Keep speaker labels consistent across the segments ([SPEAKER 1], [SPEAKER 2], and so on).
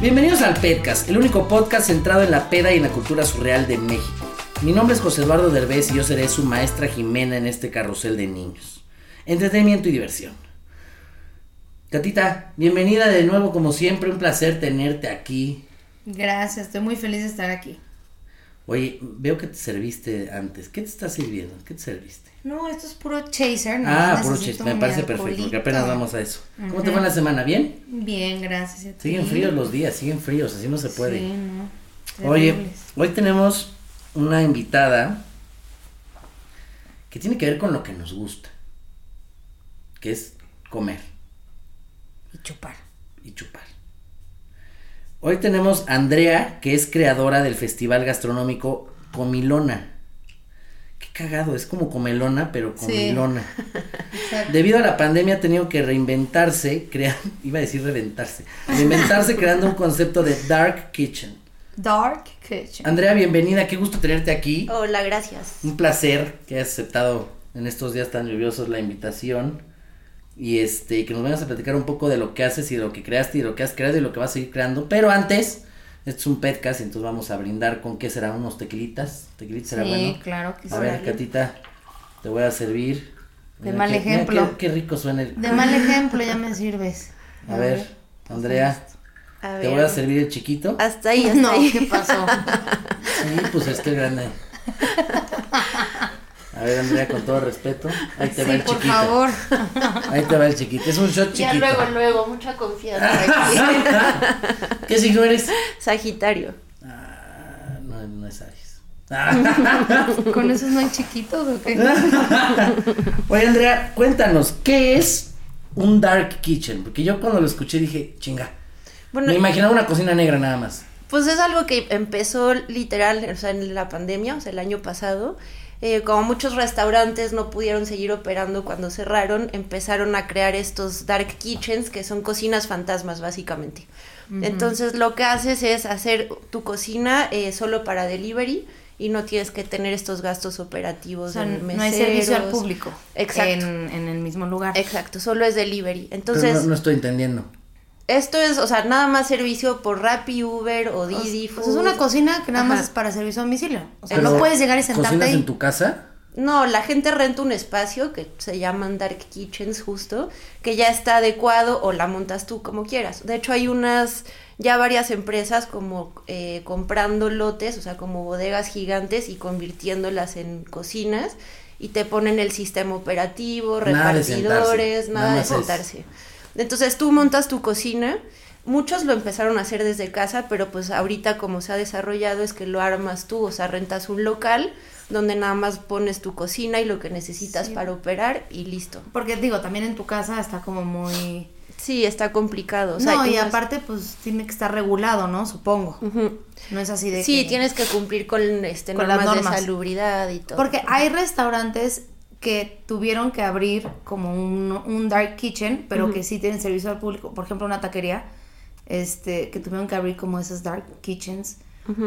[SPEAKER 1] Bienvenidos al Pedcast, el único podcast centrado en la peda y en la cultura surreal de México. Mi nombre es José Eduardo Derbez y yo seré su maestra Jimena en este carrusel de niños. Entretenimiento y diversión. Catita, bienvenida de nuevo como siempre, un placer tenerte aquí.
[SPEAKER 2] Gracias, estoy muy feliz de estar aquí.
[SPEAKER 1] Oye, veo que te serviste antes. ¿Qué te está sirviendo? ¿Qué te serviste?
[SPEAKER 2] No, esto es puro chaser. no
[SPEAKER 1] ah, puro
[SPEAKER 2] necesito
[SPEAKER 1] chiste, me
[SPEAKER 2] mi
[SPEAKER 1] parece perfecto, porque
[SPEAKER 2] alcoholito.
[SPEAKER 1] apenas vamos a eso. ¿Cómo te fue en la semana? ¿Bien?
[SPEAKER 2] Bien, gracias. ¿y a ti?
[SPEAKER 1] Siguen fríos los días, siguen fríos, así no se puede.
[SPEAKER 2] Sí, no.
[SPEAKER 1] Oye,
[SPEAKER 2] terribles.
[SPEAKER 1] hoy tenemos una invitada que tiene que ver con lo que nos gusta, que es comer
[SPEAKER 2] Y chupar.
[SPEAKER 1] y chupar. Hoy tenemos a Andrea, que es creadora del Festival Gastronómico Comilona. Qué cagado, es como comelona, pero comilona.
[SPEAKER 2] Exacto.
[SPEAKER 1] Debido a la pandemia ha tenido que reinventarse, crea- iba a decir reventarse, reinventarse creando un concepto de dark kitchen.
[SPEAKER 2] Dark Kitchen.
[SPEAKER 1] Andrea, bienvenida, qué gusto tenerte aquí.
[SPEAKER 3] Hola, gracias.
[SPEAKER 1] Un placer que hayas aceptado en estos días tan lluviosos la invitación y este que nos vengas a platicar un poco de lo que haces y de lo que creaste y de lo que has creado y lo que vas a seguir creando. Pero antes, este es un podcast y entonces vamos a brindar con qué serán unos tequilitas. Tequilitas será
[SPEAKER 2] Sí,
[SPEAKER 1] bueno.
[SPEAKER 2] claro que
[SPEAKER 1] A ver,
[SPEAKER 2] sí.
[SPEAKER 1] Catita, te voy a servir.
[SPEAKER 2] De
[SPEAKER 1] Mira
[SPEAKER 2] mal
[SPEAKER 1] qué- mira
[SPEAKER 2] ejemplo.
[SPEAKER 1] qué, qué rico suena el.
[SPEAKER 2] De mal ejemplo ya me sirves.
[SPEAKER 1] a ver, Andrea,
[SPEAKER 3] A
[SPEAKER 1] te voy a servir el chiquito.
[SPEAKER 3] Hasta ahí, hasta
[SPEAKER 2] No,
[SPEAKER 3] ahí.
[SPEAKER 2] ¿qué pasó?
[SPEAKER 1] Sí, pues es que el grande. A ver, Andrea, con todo respeto. Ahí te va
[SPEAKER 2] Sí,
[SPEAKER 1] el
[SPEAKER 2] por
[SPEAKER 1] chiquito.
[SPEAKER 2] favor.
[SPEAKER 1] Ahí te va el chiquito. Es un shot
[SPEAKER 3] Ya
[SPEAKER 1] chiquito.
[SPEAKER 3] luego, luego, mucha confianza. aquí.
[SPEAKER 1] ¿Qué signo eres?
[SPEAKER 3] Sagitario.
[SPEAKER 1] Ah, no, no es Aries.
[SPEAKER 2] ¿Con esos no hay chiquitos o qué?
[SPEAKER 1] Oye, Andrea, cuéntanos, ¿qué es un dark kitchen? Porque yo cuando lo escuché dije, chinga.
[SPEAKER 3] Bueno,
[SPEAKER 1] me imaginaba una cocina negra nada más.
[SPEAKER 3] pues es algo que empezó literal, o sea, en la pandemia, o sea, el año pasado. Eh, como muchos restaurantes no pudieron seguir operando cuando cerraron, empezaron a crear estos dark kitchens, que son cocinas fantasmas, básicamente. Entonces, lo que haces es hacer tu cocina eh, solo para delivery y no tienes que tener estos gastos operativos.
[SPEAKER 2] O sea,
[SPEAKER 3] de
[SPEAKER 2] no hay servicio al
[SPEAKER 3] meseros.
[SPEAKER 2] público.
[SPEAKER 3] Exacto.
[SPEAKER 2] En, en el mismo lugar.
[SPEAKER 3] Exacto, solo es delivery.
[SPEAKER 1] Pero
[SPEAKER 3] Entonces,
[SPEAKER 1] no, no estoy entendiendo.
[SPEAKER 3] esto es, o sea, nada más servicio por Rappi, Uber o
[SPEAKER 2] O-
[SPEAKER 3] Didi.
[SPEAKER 2] pues es
[SPEAKER 3] Food.
[SPEAKER 2] una cocina que nada más
[SPEAKER 3] Ajá.
[SPEAKER 2] es para servicio a domicilio. O sea,
[SPEAKER 1] Pero,
[SPEAKER 2] no puedes llegar y sentarte
[SPEAKER 1] ¿Cocinas
[SPEAKER 2] ahí.
[SPEAKER 1] en tu casa?
[SPEAKER 3] No, la gente renta un espacio que se llaman Dark Kitchens justo, que ya está adecuado o la montas tú como quieras. De hecho, hay unas, ya varias empresas como eh, comprando lotes, o sea, como bodegas gigantes y convirtiéndolas en cocinas y te ponen el sistema operativo,
[SPEAKER 1] Nada de sentarse,
[SPEAKER 3] repartidores, nada,
[SPEAKER 1] nada
[SPEAKER 3] de
[SPEAKER 1] más es-
[SPEAKER 3] sentarse. este, Entonces tú montas tu cocina. Muchos lo empezaron a hacer desde casa, pero pues ahorita como se ha desarrollado es que lo armas tú, o sea, rentas un local donde nada más pones tu cocina y lo que necesitas para operar y listo.
[SPEAKER 2] Porque digo, también en tu casa está como muy...
[SPEAKER 3] Sí, está complicado. o sea,
[SPEAKER 2] no, y
[SPEAKER 3] unas-
[SPEAKER 2] aparte, pues tiene que estar regulado, ¿no? Supongo. No es así de.
[SPEAKER 3] Sí,
[SPEAKER 2] que-
[SPEAKER 3] tienes que cumplir con este
[SPEAKER 2] Con las
[SPEAKER 3] normas,
[SPEAKER 2] normas.
[SPEAKER 3] de salubridad y todo.
[SPEAKER 2] Porque hay restaurantes que tuvieron que abrir como un, un dark kitchen, pero que sí tienen servicio al público. Por ejemplo, una taquería, este, que tuvieron que abrir como esas dark kitchens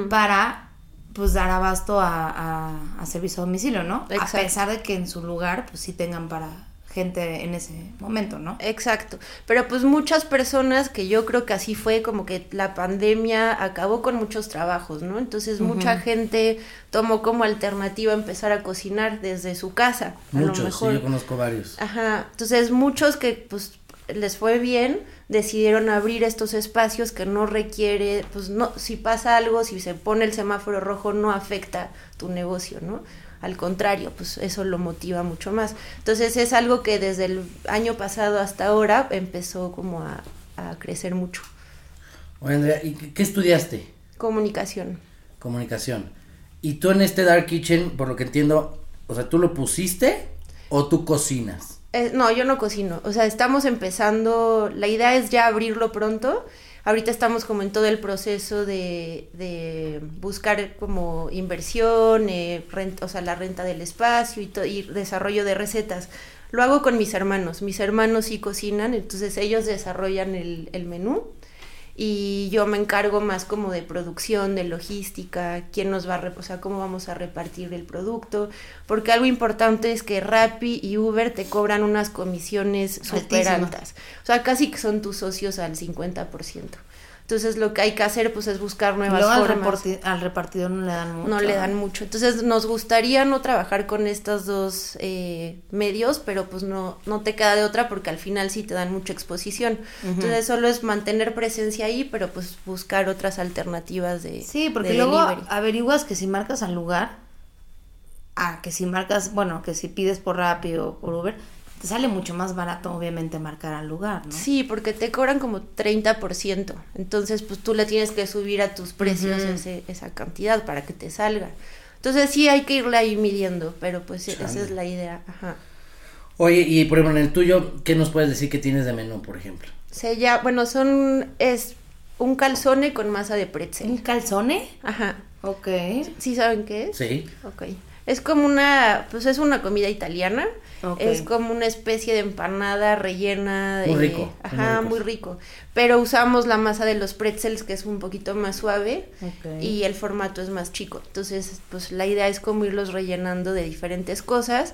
[SPEAKER 2] para pues dar abasto a, a- a servicio a domicilio, ¿no?
[SPEAKER 3] Exacto.
[SPEAKER 2] A pesar de que en su lugar, pues sí tengan para gente en ese momento, ¿no?
[SPEAKER 3] Exacto, pero pues muchas personas que yo creo que así fue como que la pandemia acabó con muchos trabajos, ¿no? Entonces mucha gente tomó como alternativa empezar a cocinar desde su casa, a lo
[SPEAKER 1] Muchos, sí,
[SPEAKER 3] mejor.
[SPEAKER 1] yo conozco varios.
[SPEAKER 3] Ajá, entonces muchos que pues les fue bien decidieron abrir estos espacios que no requiere, pues no, si pasa algo, si se pone el semáforo rojo no afecta tu negocio, ¿no? Al contrario, pues eso lo motiva mucho más. Entonces es algo que desde el año pasado hasta ahora empezó como a, a crecer mucho.
[SPEAKER 1] Oye, Andrea, ¿y qué- qué estudiaste?
[SPEAKER 3] Comunicación.
[SPEAKER 1] Comunicación. Y tú en este Dark Kitchen, por lo que entiendo, o sea, tú lo pusiste o ¿O tú cocinas?
[SPEAKER 3] Eh, no, yo no cocino. O sea, estamos empezando. La idea es ya abrirlo pronto. Ahorita estamos como en todo el proceso de, de buscar como inversión, eh, renta, o sea, la renta del espacio y, to- y desarrollo de recetas. Lo hago con mis hermanos. Mis hermanos sí cocinan, entonces ellos desarrollan el, el menú y yo me encargo más como de producción, de logística, quién nos va a, rep- o sea, cómo vamos a repartir el producto, porque algo importante es que Rappi y Uber te cobran unas comisiones súper
[SPEAKER 2] Altísimo.
[SPEAKER 3] altas, o sea, casi que son tus socios al 50%. Entonces lo que hay que hacer pues es buscar nuevas
[SPEAKER 2] Luego al,
[SPEAKER 3] formas.
[SPEAKER 2] reparti- al repartidor no le dan mucho.
[SPEAKER 3] No le dan mucho. Entonces nos gustaría no trabajar con estos dos eh, medios, pero pues no, no te queda de otra porque al final sí te dan mucha exposición. Entonces solo es mantener presencia ahí, pero pues buscar otras alternativas de
[SPEAKER 2] Sí, porque
[SPEAKER 3] de
[SPEAKER 2] luego
[SPEAKER 3] delivery.
[SPEAKER 2] averiguas que si marcas al lugar, ah, que si marcas, bueno, que si pides por Rappi o por Uber, te sale mucho más barato, obviamente, marcar al lugar, ¿no?
[SPEAKER 3] Sí, porque te cobran como 30%. Entonces, pues tú le tienes que subir a tus precios ese- esa cantidad para que te salga. Entonces sí hay que irle ahí midiendo, pero pues sí, esa
[SPEAKER 1] Chale.
[SPEAKER 3] es la idea. Ajá.
[SPEAKER 1] Oye, y por ejemplo, en el tuyo, ¿qué nos puedes decir que tienes de menú, por ejemplo?
[SPEAKER 3] Se llama- bueno, son, es un calzone con masa de
[SPEAKER 2] ¿Un
[SPEAKER 3] pretzel.
[SPEAKER 2] calzone?
[SPEAKER 3] Ajá.
[SPEAKER 2] Ok.
[SPEAKER 3] ¿Sí saben qué es?
[SPEAKER 1] Sí.
[SPEAKER 3] Ok. Es como una, pues es una comida italiana.
[SPEAKER 2] Ok.
[SPEAKER 3] Es como una especie de empanada rellena. De,
[SPEAKER 1] Muy rico,
[SPEAKER 3] Ajá,
[SPEAKER 1] muy
[SPEAKER 3] muy rico. Pero usamos la masa de los pretzels que es un poquito más suave
[SPEAKER 2] Ok.
[SPEAKER 3] y el formato es más chico. Entonces, pues la idea es como irlos rellenando de diferentes cosas.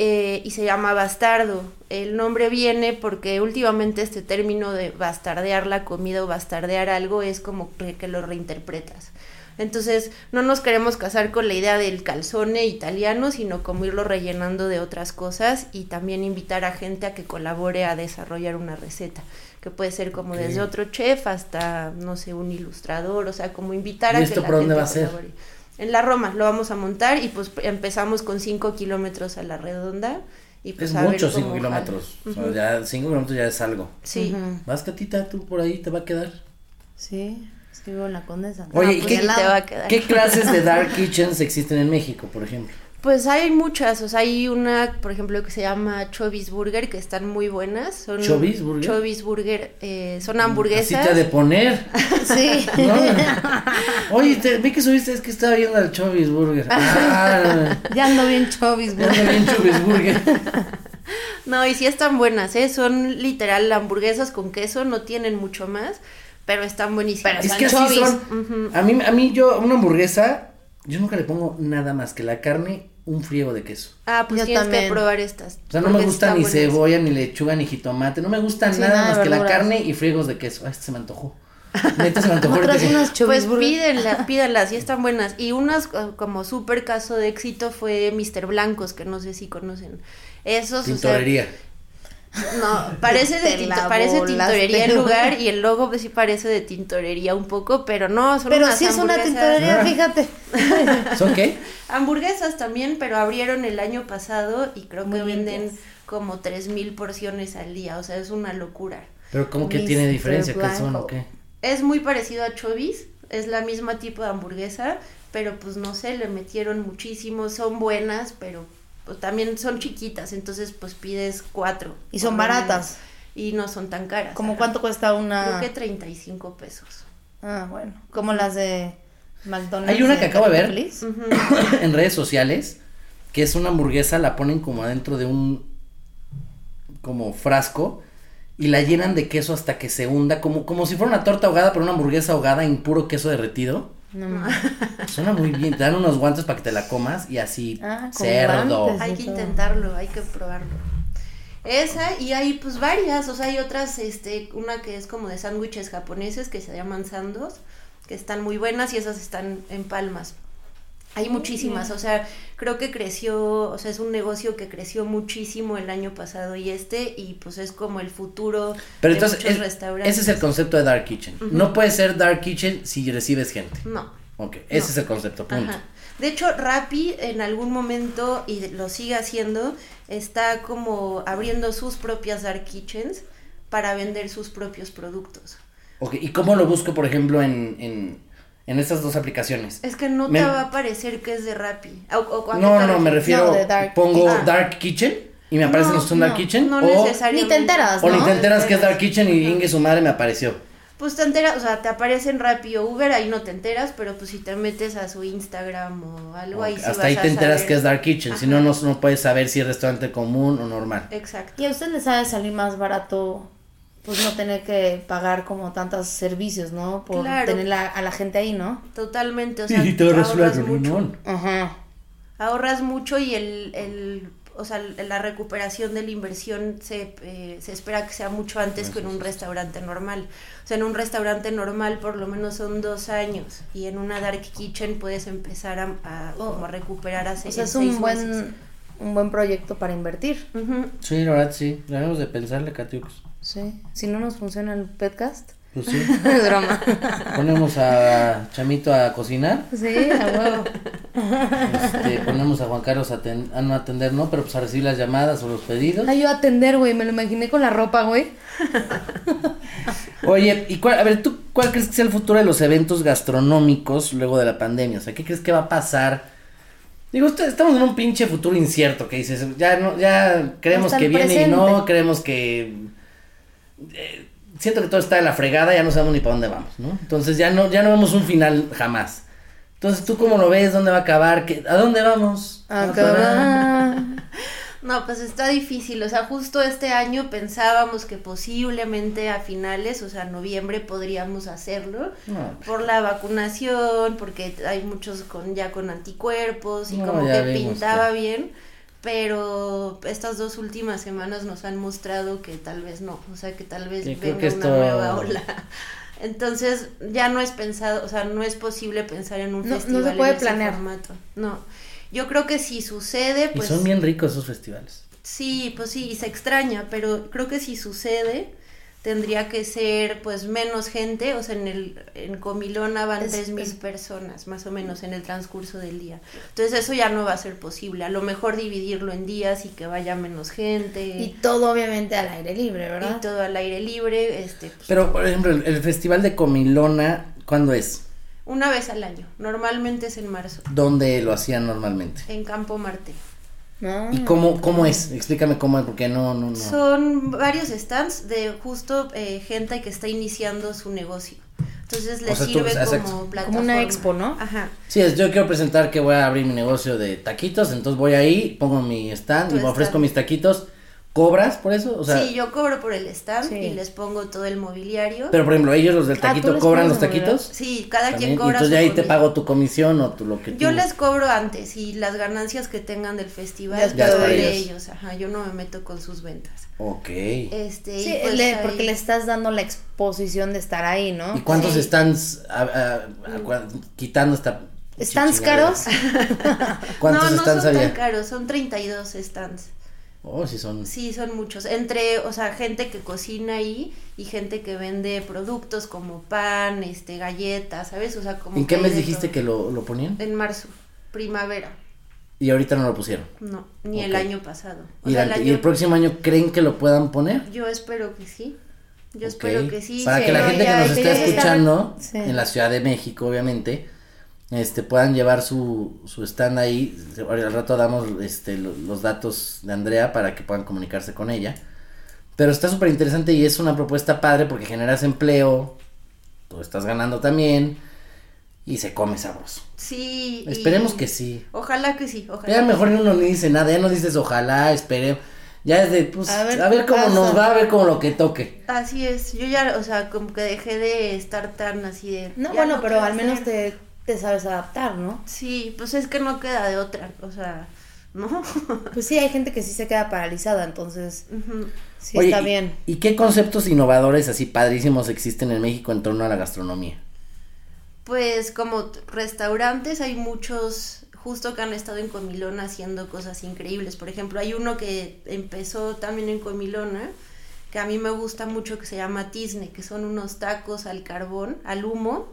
[SPEAKER 3] eh, y se llama bastardo. El nombre viene porque últimamente este término de bastardear la comida o bastardear algo es como que que lo reinterpretas. Entonces, no nos queremos casar con la idea del calzone italiano, sino como irlo rellenando de otras cosas y también invitar a gente a que colabore a desarrollar una receta, que puede ser como
[SPEAKER 1] Ok.
[SPEAKER 3] desde otro chef hasta, no sé, un ilustrador, o sea, como invitar
[SPEAKER 1] ¿Y
[SPEAKER 3] a
[SPEAKER 1] esto
[SPEAKER 3] que la
[SPEAKER 1] por dónde
[SPEAKER 3] gente
[SPEAKER 1] va a ser?
[SPEAKER 3] colabore. En la Roma lo vamos a montar y pues empezamos con 5 kilómetros a la redonda. Y pues
[SPEAKER 1] es
[SPEAKER 3] a ver
[SPEAKER 1] mucho 5
[SPEAKER 3] cómo
[SPEAKER 1] kilómetros.
[SPEAKER 3] jala.
[SPEAKER 1] O sea, ya 5 kilómetros ya es algo.
[SPEAKER 3] Sí.
[SPEAKER 1] Vas, Catita, tú por ahí te va a quedar.
[SPEAKER 2] Sí, es que vivo en la condesa.
[SPEAKER 1] Oye, ¿y
[SPEAKER 3] pues
[SPEAKER 1] qué,
[SPEAKER 3] ya te va a quedar.
[SPEAKER 1] qué clases de dark kitchens existen en México, por ejemplo?
[SPEAKER 3] Pues hay muchas, o sea, hay una, por ejemplo, que se llama Chovis Burger, que están muy buenas. Son
[SPEAKER 1] ¿Chovis Burger? Mm,
[SPEAKER 3] Chovis Burger, eh, son
[SPEAKER 1] Así te ha
[SPEAKER 3] hamburguesas.
[SPEAKER 1] de poner.
[SPEAKER 2] Sí.
[SPEAKER 1] ¿no? Oye, te- vi que subiste, es que estaba viendo al Chubby's Burger. Ah,
[SPEAKER 2] ya ando bien chovis,
[SPEAKER 1] ya
[SPEAKER 2] güey.
[SPEAKER 1] ando bien Chubby's Burger.
[SPEAKER 3] No, y sí están buenas, ¿eh? Son literal hamburguesas con queso, no tienen mucho más, pero están buenísimas.
[SPEAKER 2] Pero
[SPEAKER 1] Es que así
[SPEAKER 2] Anchovis.
[SPEAKER 1] son. A mí, a mí yo, una hamburguesa, yo nunca le pongo nada más que la carne, un friego de queso.
[SPEAKER 3] Ah, pues
[SPEAKER 2] Yo
[SPEAKER 3] tienes
[SPEAKER 2] también.
[SPEAKER 3] que probar estas.
[SPEAKER 1] O sea, no me
[SPEAKER 3] porque
[SPEAKER 1] gusta
[SPEAKER 3] están
[SPEAKER 1] ni
[SPEAKER 3] buenas.
[SPEAKER 1] cebolla, ni lechuga, ni jitomate. No me gusta
[SPEAKER 2] Sí,
[SPEAKER 1] nada,
[SPEAKER 2] nada de
[SPEAKER 1] más que la
[SPEAKER 2] verduras.
[SPEAKER 1] carne y friegos de queso. Ay, este se me antojó. Neta se me antojó.
[SPEAKER 2] ¿Cómo
[SPEAKER 1] ahorita
[SPEAKER 2] traes
[SPEAKER 1] que-
[SPEAKER 2] unas chovis,
[SPEAKER 3] Pues
[SPEAKER 2] burger?
[SPEAKER 3] pídenlas, pídenlas, sí están buenas. Y unas co- como súper caso de éxito fue Mr. Blancos, que no sé si conocen. Esos, o sea,
[SPEAKER 1] Tintorería.
[SPEAKER 3] No, parece, de
[SPEAKER 2] Te la
[SPEAKER 3] tinto- parece
[SPEAKER 2] volaste.
[SPEAKER 3] tintorería el lugar y el logo pues, sí parece de tintorería un poco, pero no, son
[SPEAKER 2] Pero
[SPEAKER 3] unas
[SPEAKER 2] sí es una
[SPEAKER 3] hamburguesas-
[SPEAKER 2] tintorería, fíjate.
[SPEAKER 1] ¿Son qué?
[SPEAKER 3] Hamburguesas también, pero abrieron el año pasado y creo
[SPEAKER 2] Muy
[SPEAKER 3] que venden
[SPEAKER 2] limpias.
[SPEAKER 3] como 3000 porciones al día, o sea, es una locura.
[SPEAKER 1] Pero como que tiene
[SPEAKER 2] Mr.
[SPEAKER 1] diferencia, que son o
[SPEAKER 2] Blanco.
[SPEAKER 1] qué.
[SPEAKER 3] Es muy parecido a Chovis, es la misma tipo de hamburguesa, pero pues no sé, le metieron muchísimo, son buenas, pero pues, también son chiquitas, entonces pues pides cuatro.
[SPEAKER 2] Y son
[SPEAKER 3] por lo
[SPEAKER 2] baratas.
[SPEAKER 3] menos, Y no son tan caras.
[SPEAKER 2] ¿Como
[SPEAKER 3] ajá.
[SPEAKER 2] cuánto cuesta
[SPEAKER 3] Creo
[SPEAKER 2] una?
[SPEAKER 3] que 35 pesos.
[SPEAKER 2] Ah, bueno. Como las de McDonald's.
[SPEAKER 1] Hay una que
[SPEAKER 2] de
[SPEAKER 1] acabo de ver.
[SPEAKER 2] Feliz.
[SPEAKER 1] en redes sociales que es una hamburguesa, la ponen como adentro de un como frasco y la llenan de queso hasta que se hunda, como, como si fuera una torta ahogada, pero una hamburguesa ahogada en puro queso derretido.
[SPEAKER 2] No mames.
[SPEAKER 1] Suena muy bien, te dan unos guantes para que te la comas y así
[SPEAKER 2] Ah, con
[SPEAKER 1] cerdo.
[SPEAKER 2] guantes.
[SPEAKER 3] Hay
[SPEAKER 2] de
[SPEAKER 3] que
[SPEAKER 2] todo.
[SPEAKER 3] intentarlo, hay que probarlo. Esa y hay pues varias, o sea, hay otras, este, una que es como de sándwiches japoneses que se llaman sandos, que están muy buenas y esas están en palmas. Hay muchísimas, o sea, creo que creció, o sea, es un negocio que creció muchísimo el año pasado y este, y pues es como el futuro
[SPEAKER 1] Pero
[SPEAKER 3] de
[SPEAKER 1] entonces
[SPEAKER 3] muchos
[SPEAKER 1] es-
[SPEAKER 3] restaurantes.
[SPEAKER 1] ese es el concepto de Dark Kitchen. No puede ser Dark Kitchen si recibes gente.
[SPEAKER 3] No.
[SPEAKER 1] Ok, ese
[SPEAKER 3] No.
[SPEAKER 1] es el concepto, punto.
[SPEAKER 3] Ajá. De hecho, Rappi en algún momento, y lo sigue haciendo, está como abriendo sus propias dark kitchens para vender sus propios productos.
[SPEAKER 1] Ok, ¿y cómo lo busco, por ejemplo, en, en, en estas dos aplicaciones?
[SPEAKER 3] Es que no
[SPEAKER 1] Me-
[SPEAKER 3] te va a parecer que es de Rappi. O- o cuando
[SPEAKER 1] No,
[SPEAKER 3] te
[SPEAKER 1] no, me
[SPEAKER 3] refieres-
[SPEAKER 1] refiero.
[SPEAKER 2] de Dark
[SPEAKER 1] pongo
[SPEAKER 3] Kitchen.
[SPEAKER 1] Dark Kitchen y me aparece
[SPEAKER 2] No,
[SPEAKER 1] que es un Dark
[SPEAKER 2] no,
[SPEAKER 1] Kitchen.
[SPEAKER 3] No
[SPEAKER 1] o,
[SPEAKER 3] necesariamente.
[SPEAKER 2] Ni te enteras,
[SPEAKER 1] o
[SPEAKER 2] ¿no?
[SPEAKER 1] ni te enteras que es Dark Kitchen y Inge su madre me apareció.
[SPEAKER 3] Pues te enteras, o sea, te aparecen rápido Uber, ahí no te enteras, pero pues si te metes a su Instagram o algo ahí sí
[SPEAKER 1] Hasta
[SPEAKER 3] vas
[SPEAKER 1] ahí
[SPEAKER 3] a
[SPEAKER 1] te enteras
[SPEAKER 3] saber.
[SPEAKER 1] que es Dark Kitchen. Si no,
[SPEAKER 3] Ajá. Eh,
[SPEAKER 1] no, no puedes saber si es restaurante común o normal.
[SPEAKER 3] Exacto.
[SPEAKER 2] Y a usted les sabe salir más barato, pues no tener que pagar como tantos servicios, ¿no? Por
[SPEAKER 3] Claro.
[SPEAKER 2] tener la- a la gente ahí, ¿no?
[SPEAKER 3] Totalmente, o sea,
[SPEAKER 1] Y te ahorras una
[SPEAKER 3] ahorras mucho.
[SPEAKER 1] reunión.
[SPEAKER 2] Ajá.
[SPEAKER 3] Ahorras mucho y el, el o sea, la recuperación de la inversión se, eh, se espera que sea mucho antes que en un restaurante normal. O sea, en un restaurante normal por lo menos son dos años y en una dark kitchen puedes empezar a, a- como a recuperar hace
[SPEAKER 2] Oh. O sea, es
[SPEAKER 3] seis
[SPEAKER 2] un buen,
[SPEAKER 3] meses.
[SPEAKER 2] un buen proyecto para invertir.
[SPEAKER 3] Ujú.
[SPEAKER 1] Sí, la verdad, sí. Debemos de pensarle, Catiux.
[SPEAKER 2] Sí. Si no nos funciona el podcast,
[SPEAKER 1] Pues sí.
[SPEAKER 2] es broma.
[SPEAKER 1] Ponemos a Chamito a cocinar.
[SPEAKER 2] Sí, a huevo.
[SPEAKER 1] Este, ponemos a Juan Carlos a, aten- a no atender, no, pero pues a recibir las llamadas o los pedidos.
[SPEAKER 2] Ay, yo atender, güey, me lo imaginé con la ropa, güey.
[SPEAKER 1] Oye, y cuál, a ver, ¿tú cuál crees que sea el futuro de los eventos gastronómicos luego de la pandemia? O sea, ¿qué crees que va a pasar? Digo, est- estamos en un pinche futuro incierto que dices, ya no, ya creemos
[SPEAKER 2] Hasta el
[SPEAKER 1] que viene y
[SPEAKER 2] presente.
[SPEAKER 1] no, creemos que eh, siento que todo está de la fregada, ya no sabemos ni para dónde vamos, ¿no? Entonces ya no, ya no vemos un final jamás. Entonces, ¿tú cómo lo ves? ¿Dónde va a acabar? ¿Qué- ¿A dónde vamos?
[SPEAKER 3] Ah,
[SPEAKER 2] Ah, Acá.
[SPEAKER 3] No, pues está difícil. O sea, justo este año pensábamos que posiblemente a finales, o sea, noviembre podríamos hacerlo.
[SPEAKER 1] No. pues
[SPEAKER 3] Por la vacunación, porque hay muchos con ya con anticuerpos y
[SPEAKER 1] No,
[SPEAKER 3] como
[SPEAKER 1] ya
[SPEAKER 3] que
[SPEAKER 1] vimos
[SPEAKER 3] pintaba
[SPEAKER 1] que-
[SPEAKER 3] bien. Pero estas dos últimas semanas nos han mostrado que tal vez no. O sea, que tal vez
[SPEAKER 1] Sí, creo
[SPEAKER 3] venga
[SPEAKER 1] que
[SPEAKER 3] una
[SPEAKER 1] esto-
[SPEAKER 3] nueva ola. Entonces, ya no es pensado, o sea, no es posible pensar en un
[SPEAKER 2] No- no se
[SPEAKER 3] festival en
[SPEAKER 2] puede
[SPEAKER 3] ese
[SPEAKER 2] planear.
[SPEAKER 3] formato. No. Yo creo que si sucede,
[SPEAKER 1] Y
[SPEAKER 3] pues
[SPEAKER 1] son bien ricos esos festivales.
[SPEAKER 3] Sí, pues sí, y se extraña, pero creo que si sucede, tendría que ser pues menos gente, o sea, en el en Comilona van
[SPEAKER 2] Es-
[SPEAKER 3] tres mil
[SPEAKER 2] es-
[SPEAKER 3] personas más o menos en el transcurso del día. Entonces eso ya no va a ser posible, a lo mejor dividirlo en días y que vaya menos gente
[SPEAKER 2] Y
[SPEAKER 3] y,
[SPEAKER 2] todo obviamente al aire libre, ¿verdad?
[SPEAKER 3] todo al aire libre, este pues,
[SPEAKER 1] Pero, por ejemplo, el, el festival de Comilona, ¿cuándo es?
[SPEAKER 3] una vez al año, normalmente es en marzo,
[SPEAKER 1] ¿Dónde lo hacían normalmente?
[SPEAKER 3] en Campo Marte.
[SPEAKER 2] No.
[SPEAKER 3] Ah.
[SPEAKER 1] ¿Y cómo, cómo es? Explícame cómo es, porque no, no, no.
[SPEAKER 3] Son varios stands de justo eh, gente que está iniciando su negocio. Entonces les
[SPEAKER 1] sea, tú-
[SPEAKER 3] sirve
[SPEAKER 1] exacto.
[SPEAKER 3] como plataforma.
[SPEAKER 2] Como una expo, ¿no?
[SPEAKER 3] Ajá.
[SPEAKER 1] Sí, es, yo quiero presentar que voy a abrir mi negocio de taquitos, entonces voy ahí, pongo mi stand
[SPEAKER 3] Tu
[SPEAKER 1] y me ofrezco
[SPEAKER 3] stand.
[SPEAKER 1] mis taquitos. ¿Cobras por eso? O sea,
[SPEAKER 3] sí, yo cobro por el stand
[SPEAKER 2] Sí.
[SPEAKER 3] y les pongo todo el mobiliario.
[SPEAKER 1] pero por ejemplo, ellos los del
[SPEAKER 2] Ah, ¿tú
[SPEAKER 1] taquito
[SPEAKER 2] les
[SPEAKER 1] cobran
[SPEAKER 2] cobras
[SPEAKER 1] los
[SPEAKER 2] de manera-
[SPEAKER 1] taquitos.
[SPEAKER 3] sí, cada
[SPEAKER 1] También, y
[SPEAKER 3] quien cobra
[SPEAKER 1] entonces
[SPEAKER 3] su
[SPEAKER 1] ya ahí te
[SPEAKER 3] comida.
[SPEAKER 1] pago tu comisión o tu, lo que
[SPEAKER 3] Yo
[SPEAKER 1] tú-
[SPEAKER 3] les cobro antes y las ganancias que tengan del festival
[SPEAKER 2] Ya es para
[SPEAKER 3] son de
[SPEAKER 1] ellos.
[SPEAKER 3] ellos. Ajá, yo no me meto con sus ventas.
[SPEAKER 1] Ok.
[SPEAKER 3] Este, y
[SPEAKER 2] Sí,
[SPEAKER 3] pues
[SPEAKER 2] le-
[SPEAKER 3] ahí-
[SPEAKER 2] porque le estás dando la exposición de estar ahí, ¿no?
[SPEAKER 1] ¿Y cuántos
[SPEAKER 3] Sí. Mm.
[SPEAKER 1] stands a- a- a- cua- quitando esta...
[SPEAKER 2] ¿Stands
[SPEAKER 1] chingadera?
[SPEAKER 2] caros?
[SPEAKER 1] ¿Cuántos
[SPEAKER 3] no, no
[SPEAKER 1] stands
[SPEAKER 3] son
[SPEAKER 1] había?
[SPEAKER 3] tan caros, son 32 stands.
[SPEAKER 1] Oh, sí son...
[SPEAKER 3] Sí, son muchos. Entre, o sea, gente que cocina ahí y gente que vende productos como pan, este, galletas, ¿sabes? O sea, como.
[SPEAKER 1] ¿En qué
[SPEAKER 3] que hay
[SPEAKER 1] mes
[SPEAKER 3] de
[SPEAKER 1] dijiste
[SPEAKER 3] todo.
[SPEAKER 1] que lo, lo ponían?
[SPEAKER 3] En marzo, primavera.
[SPEAKER 1] Y ahorita no lo pusieron.
[SPEAKER 3] No, ni el
[SPEAKER 1] Ok.
[SPEAKER 3] año pasado. O
[SPEAKER 1] Y,
[SPEAKER 3] sea,
[SPEAKER 1] el,
[SPEAKER 3] el
[SPEAKER 1] ante- y
[SPEAKER 3] año-
[SPEAKER 1] el próximo año creen que lo puedan poner.
[SPEAKER 3] Yo espero que sí. Yo
[SPEAKER 1] Ok.
[SPEAKER 3] espero que sí.
[SPEAKER 1] Para
[SPEAKER 3] sí,
[SPEAKER 1] que la
[SPEAKER 3] no,
[SPEAKER 1] gente
[SPEAKER 3] ya- este
[SPEAKER 1] que nos esté
[SPEAKER 3] ya está-
[SPEAKER 1] escuchando
[SPEAKER 2] Sí.
[SPEAKER 1] en la Ciudad de México, obviamente, este puedan llevar su, su stand ahí. Ahora Al rato damos este, lo- los datos de Andrea para que puedan comunicarse con ella. Pero está súper interesante y es una propuesta padre porque generas empleo, tú estás ganando también y se come sabroso.
[SPEAKER 3] Sí. y-
[SPEAKER 1] Esperemos que sí.
[SPEAKER 3] Ojalá que sí. Ojalá.
[SPEAKER 1] Ya
[SPEAKER 3] que
[SPEAKER 1] mejor uno ni dice nada, ya no dices ojalá, esperemos. Ya es de, pues, a
[SPEAKER 2] A
[SPEAKER 1] ver,
[SPEAKER 2] ver qué
[SPEAKER 1] cómo
[SPEAKER 2] pasa.
[SPEAKER 1] nos va, a ver cómo lo que toque.
[SPEAKER 3] Así es. Yo ya, o sea, como que dejé de estar tan así de.
[SPEAKER 2] No,
[SPEAKER 3] ya
[SPEAKER 2] bueno,
[SPEAKER 3] qué
[SPEAKER 2] pero
[SPEAKER 3] va a
[SPEAKER 2] al menos
[SPEAKER 3] ser.
[SPEAKER 2] te, te sabes adaptar, ¿no?
[SPEAKER 3] Sí, pues es que no queda de otra. O sea, ¿no?
[SPEAKER 2] Pues sí, hay gente que sí se queda paralizada, entonces
[SPEAKER 3] Ujú.
[SPEAKER 2] sí
[SPEAKER 1] Oye,
[SPEAKER 2] está
[SPEAKER 1] ¿y-
[SPEAKER 2] bien.
[SPEAKER 1] ¿Y qué conceptos innovadores así padrísimos existen en México en torno a la gastronomía?
[SPEAKER 3] Pues como t- restaurantes hay muchos justo que han estado en Comilona haciendo cosas increíbles. Por ejemplo, hay uno que empezó también en Comilona, que a mí me gusta mucho, que se llama Tisne, que son unos tacos al carbón, al humo.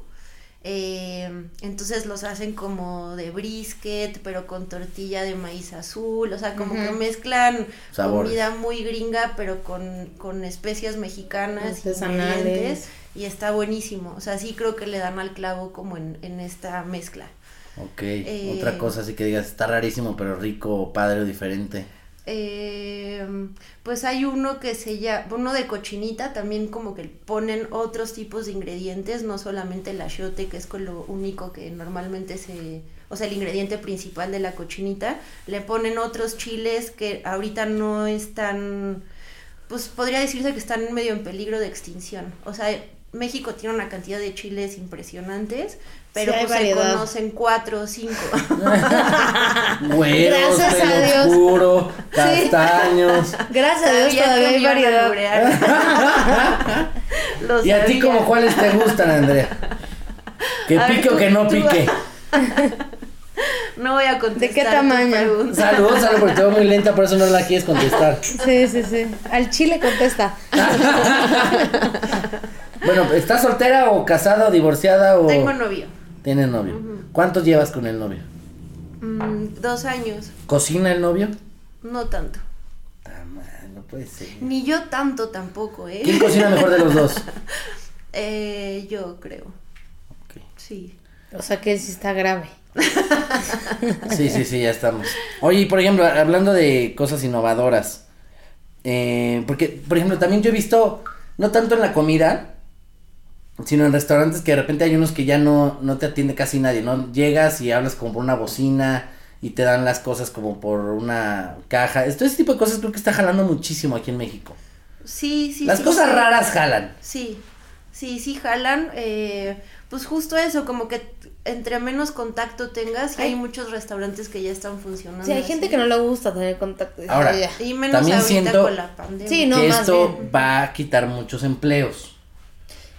[SPEAKER 3] Eh, entonces los hacen como de brisket, pero con tortilla de maíz azul. O sea, como que mezclan
[SPEAKER 1] Sabores.
[SPEAKER 3] comida muy gringa, pero con, con especias mexicanas, y
[SPEAKER 2] Artesanales.
[SPEAKER 3] ingredientes y está buenísimo. O sea, sí creo que le dan al clavo como en, en esta mezcla.
[SPEAKER 1] Ok,
[SPEAKER 3] Eh,
[SPEAKER 1] otra cosa así que digas, está rarísimo, pero rico, padre o diferente.
[SPEAKER 3] eh, pues hay uno que se llama, uno de cochinita, también como que ponen otros tipos de ingredientes, no solamente el achiote, que es con lo único que normalmente se, o sea, el ingrediente principal de la cochinita, le ponen otros chiles que ahorita no están, pues podría decirse que están medio en peligro de extinción, o sea... México tiene una cantidad de chiles impresionantes, pero
[SPEAKER 2] Sí, hay
[SPEAKER 3] pues se
[SPEAKER 2] variedad.
[SPEAKER 3] conocen cuatro o cinco.
[SPEAKER 1] Güeros,
[SPEAKER 2] Gracias a
[SPEAKER 1] pelo
[SPEAKER 2] Dios.
[SPEAKER 1] oscuro, castaños.
[SPEAKER 2] Gracias a Dios
[SPEAKER 3] Sabía
[SPEAKER 2] todavía
[SPEAKER 3] que
[SPEAKER 2] hay
[SPEAKER 3] me iban a
[SPEAKER 2] variedad.
[SPEAKER 3] lograr. Lo
[SPEAKER 1] ¿Y a ti
[SPEAKER 3] sabía.
[SPEAKER 1] como cuáles te gustan, Andrea? ¿Que
[SPEAKER 3] A ver,
[SPEAKER 1] pique o
[SPEAKER 3] tú-
[SPEAKER 1] que no
[SPEAKER 3] tú-
[SPEAKER 1] pique?
[SPEAKER 3] No voy a contestar.
[SPEAKER 2] ¿De qué
[SPEAKER 3] tu
[SPEAKER 2] tamaño?
[SPEAKER 3] pregunta.
[SPEAKER 1] Saludos, saludos, porque te veo muy lenta, por eso no la quieres contestar.
[SPEAKER 2] Sí, sí, sí. Al chile contesta.
[SPEAKER 1] Bueno, ¿estás soltera o casada o divorciada o...?
[SPEAKER 3] Tengo novio.
[SPEAKER 1] Tienes novio. ¿Cuántos llevas con el novio?
[SPEAKER 3] Mm, dos años.
[SPEAKER 1] ¿Cocina el novio?
[SPEAKER 3] No tanto.
[SPEAKER 1] Ah, man, no puede ser.
[SPEAKER 3] Ni yo tanto tampoco, ¿eh?
[SPEAKER 1] ¿Quién cocina mejor de los dos?
[SPEAKER 3] Eh, yo creo.
[SPEAKER 1] Ok.
[SPEAKER 3] Sí.
[SPEAKER 2] O sea que él sí está grave.
[SPEAKER 1] Sí, sí, sí, ya estamos. Oye, y por ejemplo, hablando de cosas innovadoras, eh, porque, por ejemplo, también yo he visto, no tanto en la comida, sino en restaurantes que de repente hay unos que ya no, no te atiende casi nadie, ¿no? Llegas y hablas como por una bocina y te dan las cosas como por una caja. Esto, ese tipo de cosas creo que está jalando muchísimo aquí en México.
[SPEAKER 3] Sí, sí.
[SPEAKER 1] las
[SPEAKER 3] sí,
[SPEAKER 1] cosas
[SPEAKER 3] sí.
[SPEAKER 1] raras jalan.
[SPEAKER 3] Sí, sí, sí jalan. eh, pues justo eso, como que t- entre menos contacto tengas, y
[SPEAKER 2] Ay.
[SPEAKER 3] hay muchos restaurantes que ya están funcionando.
[SPEAKER 2] Sí, hay gente
[SPEAKER 3] así.
[SPEAKER 2] que no le gusta tener contacto. Dice,
[SPEAKER 1] Ahora,
[SPEAKER 2] "Ay, ya".
[SPEAKER 3] Y menos
[SPEAKER 1] También
[SPEAKER 3] ahorita
[SPEAKER 1] siento-
[SPEAKER 3] con la pandemia.
[SPEAKER 2] Sí, no,
[SPEAKER 1] que
[SPEAKER 2] más
[SPEAKER 1] esto
[SPEAKER 2] bien.
[SPEAKER 1] va a quitar muchos empleos.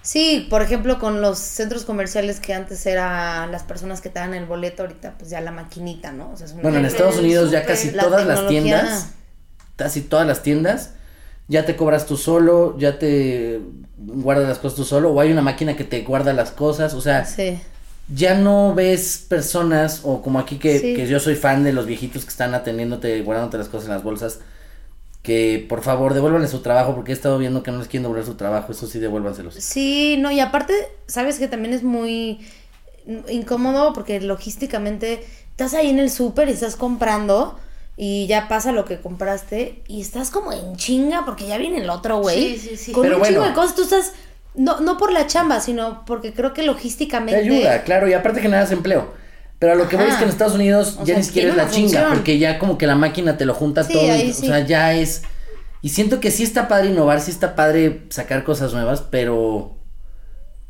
[SPEAKER 2] Sí, por ejemplo, con los centros comerciales que antes eran las personas que te dan el boleto, ahorita pues ya la maquinita, ¿no? O sea, es una-
[SPEAKER 1] Bueno, en
[SPEAKER 3] El-
[SPEAKER 1] Estados
[SPEAKER 3] el
[SPEAKER 1] Unidos ya
[SPEAKER 3] súper,
[SPEAKER 1] casi
[SPEAKER 2] la
[SPEAKER 1] todas las
[SPEAKER 2] tecnología.
[SPEAKER 1] tiendas, casi todas las tiendas, ya te cobras tú solo, ya te guardas las cosas tú solo, o hay una máquina que te guarda las cosas, o sea,
[SPEAKER 2] Sí.
[SPEAKER 1] ya no ves personas, o como aquí que,
[SPEAKER 2] Sí.
[SPEAKER 1] que yo soy fan de los viejitos que están atendiéndote, guardándote las cosas en las bolsas, que por favor devuélvanle su trabajo, porque he estado viendo que no les quieren devolver su trabajo, eso sí devuélvanselos.
[SPEAKER 2] Sí, no, y aparte, sabes que también es muy incómodo porque logísticamente estás ahí en el súper y estás comprando y ya pasa lo que compraste y estás como en chinga porque ya viene el otro güey.
[SPEAKER 3] Sí, sí, sí.
[SPEAKER 2] Con
[SPEAKER 1] Pero
[SPEAKER 2] un
[SPEAKER 1] bueno.
[SPEAKER 2] chingo de cosas, tú estás, no, no por la chamba, sino porque creo que
[SPEAKER 1] Te
[SPEAKER 2] logísticamente...
[SPEAKER 1] ayuda, claro, y aparte generas empleo. Pero a lo que voy
[SPEAKER 2] Ajá.
[SPEAKER 1] es que en Estados Unidos
[SPEAKER 2] O
[SPEAKER 1] ya
[SPEAKER 2] sea,
[SPEAKER 1] ni siquiera es
[SPEAKER 2] tiene
[SPEAKER 1] la
[SPEAKER 2] una
[SPEAKER 1] chinga,
[SPEAKER 2] función.
[SPEAKER 1] porque ya como que la máquina te lo junta
[SPEAKER 2] Sí,
[SPEAKER 1] todo. y-
[SPEAKER 2] ahí
[SPEAKER 1] O
[SPEAKER 2] sí.
[SPEAKER 1] sea, ya es. Y siento que sí está padre innovar, sí está padre sacar cosas nuevas, pero.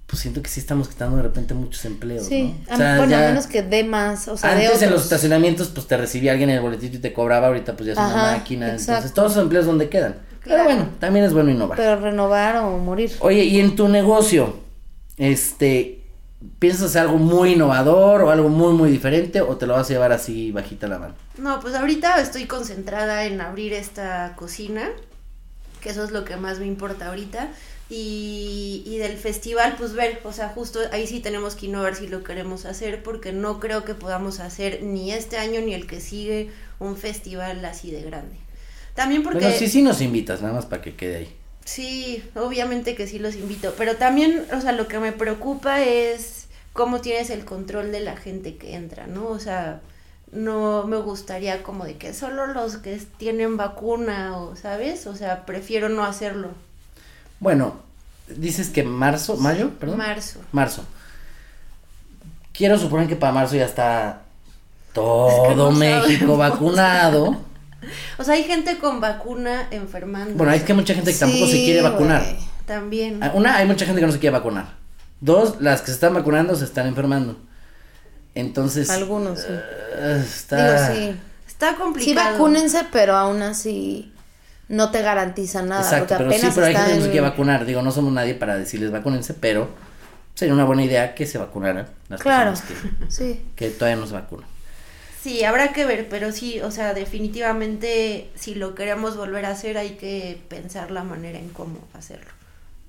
[SPEAKER 1] Pues siento que sí estamos quitando de repente muchos empleos.
[SPEAKER 2] Sí,
[SPEAKER 1] ¿no?
[SPEAKER 2] a-
[SPEAKER 1] O sea,
[SPEAKER 2] bueno, a
[SPEAKER 1] ya-
[SPEAKER 2] menos que dé más, o sea, de
[SPEAKER 1] antes en los
[SPEAKER 2] otros.
[SPEAKER 1] estacionamientos, pues te recibía alguien en el boletito y te cobraba, ahorita pues ya es una
[SPEAKER 2] Ajá,
[SPEAKER 1] máquina. Entonces,
[SPEAKER 2] exacto.
[SPEAKER 1] todos esos empleos donde quedan. Pero
[SPEAKER 3] Claro.
[SPEAKER 1] bueno, también es bueno innovar.
[SPEAKER 2] Pero renovar o morir.
[SPEAKER 1] Oye, y en tu negocio, este, ¿piensas algo muy innovador o algo muy, muy diferente o te lo vas a llevar así bajita la mano?
[SPEAKER 3] No, pues ahorita estoy concentrada en abrir esta cocina, que eso es lo que más me importa ahorita. Y, y del festival, pues ver, o sea, justo ahí sí tenemos que innovar si lo queremos hacer, porque no creo que podamos hacer ni este año ni el que sigue un festival así de grande. También porque...
[SPEAKER 1] Bueno, sí, sí nos invitas, nada más para que quede ahí.
[SPEAKER 3] Sí, obviamente que sí los invito, pero también, o sea, lo que me preocupa es cómo tienes el control de la gente que entra, ¿no? O sea, no me gustaría como de que solo los que es- tienen vacuna o, ¿sabes? O sea, prefiero no hacerlo.
[SPEAKER 1] Bueno, dices que marzo, mayo, perdón.
[SPEAKER 3] Marzo.
[SPEAKER 1] Marzo. Quiero suponer que para marzo ya está todo
[SPEAKER 3] no
[SPEAKER 1] México
[SPEAKER 3] sabemos.
[SPEAKER 1] vacunado.
[SPEAKER 3] O sea, hay gente con vacuna enfermando.
[SPEAKER 1] Bueno, es que hay mucha gente que tampoco se
[SPEAKER 2] Sí,
[SPEAKER 1] quiere vacunar.
[SPEAKER 2] güey.
[SPEAKER 3] También.
[SPEAKER 1] Ah, Una, hay mucha gente que no se quiere vacunar. Dos, las que se están vacunando se están enfermando. Entonces.
[SPEAKER 2] Algunos, sí.
[SPEAKER 1] eh, está-
[SPEAKER 2] Digo, sí.
[SPEAKER 3] Está
[SPEAKER 2] Sí,
[SPEAKER 3] complicado.
[SPEAKER 2] vacúnense, pero aún así no te garantiza nada.
[SPEAKER 1] Exacto,
[SPEAKER 2] porque
[SPEAKER 1] pero sí,
[SPEAKER 2] apenas
[SPEAKER 1] pero hay gente que no
[SPEAKER 2] están-
[SPEAKER 1] se quiere vacunar. Digo, no somos nadie para decirles vacúnense, pero sería una buena idea que se vacunaran las
[SPEAKER 2] Claro,
[SPEAKER 1] personas que,
[SPEAKER 2] sí.
[SPEAKER 1] que todavía no se vacunan.
[SPEAKER 3] Sí, habrá que ver, pero sí, o sea, definitivamente si lo queremos volver a hacer hay que pensar la manera en cómo hacerlo.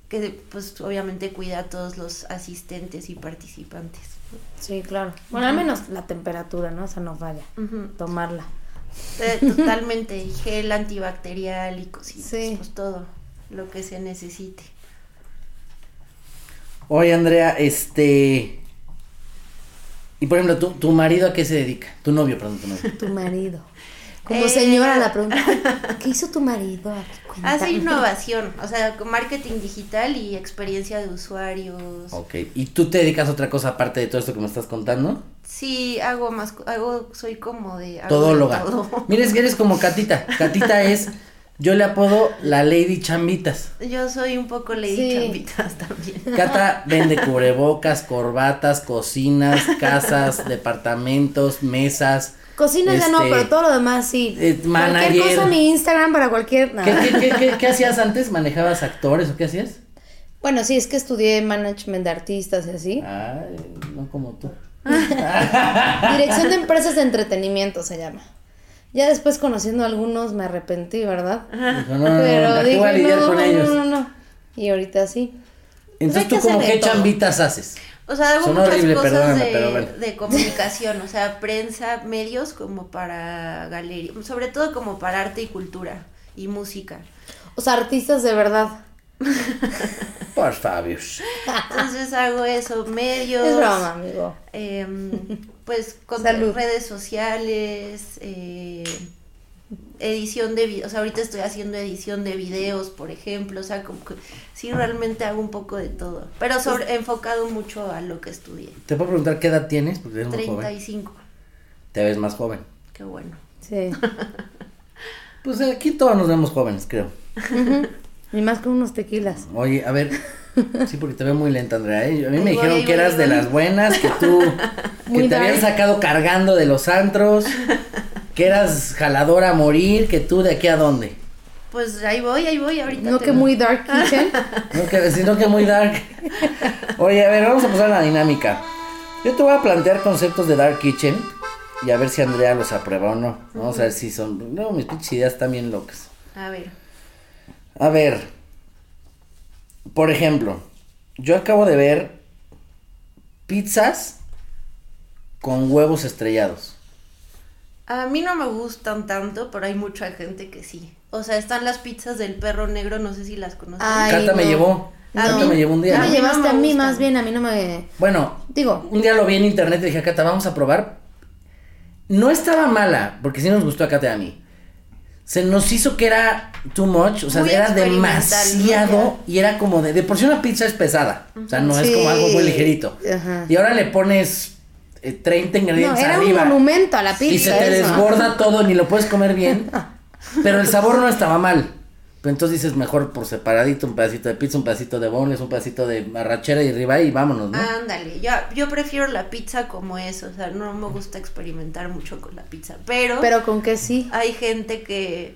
[SPEAKER 3] Que pues obviamente cuida a todos los asistentes y participantes.
[SPEAKER 2] Sí, claro. Bueno, al menos la temperatura, ¿no? O sea, no falla.
[SPEAKER 3] Ujú.
[SPEAKER 2] Tomarla.
[SPEAKER 3] Eh, Totalmente, y gel antibacterial y cositas,
[SPEAKER 2] Sí.
[SPEAKER 3] pues todo lo que se necesite.
[SPEAKER 1] Oye, Andrea, este. Y por ejemplo, ¿tu, tu marido a qué se dedica? Tu novio, perdón, tu novio.
[SPEAKER 2] Tu marido. Como
[SPEAKER 3] Eh.
[SPEAKER 2] señora la pregunta, ¿qué hizo tu marido? A ver,
[SPEAKER 3] Hace
[SPEAKER 2] cuéntame.
[SPEAKER 3] innovación, o sea, con marketing digital y experiencia de usuarios.
[SPEAKER 1] Ok, ¿y tú te dedicas a otra cosa aparte de todo esto que me estás contando?
[SPEAKER 3] Sí, hago más, co- hago, soy como de... hago
[SPEAKER 1] Todóloga.
[SPEAKER 3] de todo.
[SPEAKER 1] Mires que eres como Catita. Catita es, yo le apodo la Lady Chambitas.
[SPEAKER 3] Yo soy un poco lady
[SPEAKER 2] Sí.
[SPEAKER 3] chambitas también.
[SPEAKER 1] Cata vende cubrebocas, corbatas, cocinas, casas, departamentos, mesas.
[SPEAKER 2] Cocina ya no,
[SPEAKER 1] este,
[SPEAKER 2] pero todo lo demás sí.
[SPEAKER 1] eh, manager.
[SPEAKER 2] Cualquier cosa mi Instagram para cualquier... no.
[SPEAKER 1] ¿Qué, qué- qué- qué- qué hacías antes? ¿Manejabas actores o qué hacías?
[SPEAKER 2] Bueno, sí, es que estudié management de artistas y así.
[SPEAKER 1] Ay, no como tú.
[SPEAKER 3] Pues
[SPEAKER 2] Dirección de empresas de entretenimiento se llama. Ya después conociendo a algunos me arrepentí, ¿verdad?
[SPEAKER 1] Dijo, no, no, no,
[SPEAKER 2] Pero
[SPEAKER 1] ¿para qué voy a
[SPEAKER 2] dije,
[SPEAKER 1] lidiar
[SPEAKER 2] no,
[SPEAKER 1] con
[SPEAKER 2] no,
[SPEAKER 1] ellos?
[SPEAKER 2] no, no, no. Y ahorita sí.
[SPEAKER 1] Entonces,
[SPEAKER 3] Pues hay que
[SPEAKER 1] ¿tú como
[SPEAKER 3] hacer de
[SPEAKER 1] qué
[SPEAKER 3] todo.
[SPEAKER 1] chambitas haces?
[SPEAKER 3] O sea, hago
[SPEAKER 1] Suena
[SPEAKER 3] muchas
[SPEAKER 1] horrible,
[SPEAKER 3] cosas
[SPEAKER 1] perdóname,
[SPEAKER 3] de,
[SPEAKER 1] pero bueno.
[SPEAKER 3] de comunicación, o sea, prensa, medios como para galería, sobre todo como para arte y cultura y música.
[SPEAKER 2] O sea, artistas de verdad.
[SPEAKER 1] Por favor.
[SPEAKER 3] Entonces hago eso, medios.
[SPEAKER 2] Es broma, amigo.
[SPEAKER 3] em, pues con
[SPEAKER 2] Salud.
[SPEAKER 3] redes sociales, eh, edición de videos, o sea, ahorita estoy haciendo edición de videos, por ejemplo, o sea, como que sí realmente hago un poco de todo, pero sobre, enfocado mucho a lo que estudié.
[SPEAKER 1] ¿Te puedo preguntar qué edad tienes? Porque eres muy joven.
[SPEAKER 3] 35,
[SPEAKER 1] Te ves más joven.
[SPEAKER 3] qué bueno.
[SPEAKER 2] Sí.
[SPEAKER 1] Pues aquí todos nos vemos jóvenes, creo.
[SPEAKER 2] Ni más con unos tequilas.
[SPEAKER 1] Oye, a ver. Sí, porque te veo muy lenta, Andrea. ¿eh? A mí me
[SPEAKER 3] Ahí voy,
[SPEAKER 1] dijeron
[SPEAKER 3] ahí
[SPEAKER 1] que
[SPEAKER 3] voy,
[SPEAKER 1] eras
[SPEAKER 3] ahí
[SPEAKER 1] de
[SPEAKER 3] voy.
[SPEAKER 1] las buenas, que tú. que
[SPEAKER 2] Muy
[SPEAKER 1] te habían
[SPEAKER 2] dark.
[SPEAKER 1] sacado cargando de los antros. Que eras jaladora a morir, que tú de aquí a dónde.
[SPEAKER 3] Pues ahí voy, ahí voy, ahorita.
[SPEAKER 2] No
[SPEAKER 3] te-
[SPEAKER 2] que muy dark kitchen.
[SPEAKER 1] No que, sino que muy dark. Oye, a ver, vamos a pasar a la dinámica. Yo te voy a plantear conceptos de Dark Kitchen y a ver si Andrea los aprueba o no. Vamos a ver si son. No, mis pinches ideas están bien locas.
[SPEAKER 3] A ver.
[SPEAKER 1] A ver. Por ejemplo, yo acabo de ver pizzas con huevos estrellados.
[SPEAKER 3] A mí no me gustan tanto, pero hay mucha gente que sí. O sea, están las pizzas del perro negro, no sé si las conoces.
[SPEAKER 2] Ay,
[SPEAKER 1] Cata me
[SPEAKER 2] no.
[SPEAKER 1] llevó.
[SPEAKER 2] No.
[SPEAKER 1] Cata me llevó un día.
[SPEAKER 2] No me
[SPEAKER 1] ¿no?
[SPEAKER 3] llevó.
[SPEAKER 2] llevaste
[SPEAKER 3] no
[SPEAKER 2] a
[SPEAKER 3] me
[SPEAKER 2] mí
[SPEAKER 3] gusta.
[SPEAKER 2] más bien, a mí no me...
[SPEAKER 1] Bueno,
[SPEAKER 2] Digo,
[SPEAKER 1] Un día lo vi en internet y dije, Cata, vamos a probar. No estaba mala, porque sí nos gustó a Cata y a mí. Se nos hizo que era too much, o sea,
[SPEAKER 3] Muy
[SPEAKER 1] era
[SPEAKER 3] experimental,
[SPEAKER 1] demasiado y era como de, de por sí una pizza es pesada, o sea, no es como algo muy
[SPEAKER 2] Sí.
[SPEAKER 1] ligerito.
[SPEAKER 2] Ajá.
[SPEAKER 1] Y ahora le pones eh, 30
[SPEAKER 2] no,
[SPEAKER 1] ingredientes
[SPEAKER 2] era un
[SPEAKER 1] arriba
[SPEAKER 2] monumento a la pizza.
[SPEAKER 1] y se te
[SPEAKER 2] eso.
[SPEAKER 1] desborda todo ni lo puedes comer bien, pero el sabor no estaba mal. Pero entonces dices, mejor por separadito, un pedacito de pizza, un pedacito de boneless, un pedacito de arrachera y riba y vámonos,
[SPEAKER 2] Ah,
[SPEAKER 1] ¿no?
[SPEAKER 3] Ándale, yo, yo prefiero la pizza como es, o sea, no me gusta experimentar mucho con la pizza, pero,
[SPEAKER 2] Pero con que sí.
[SPEAKER 3] hay gente que...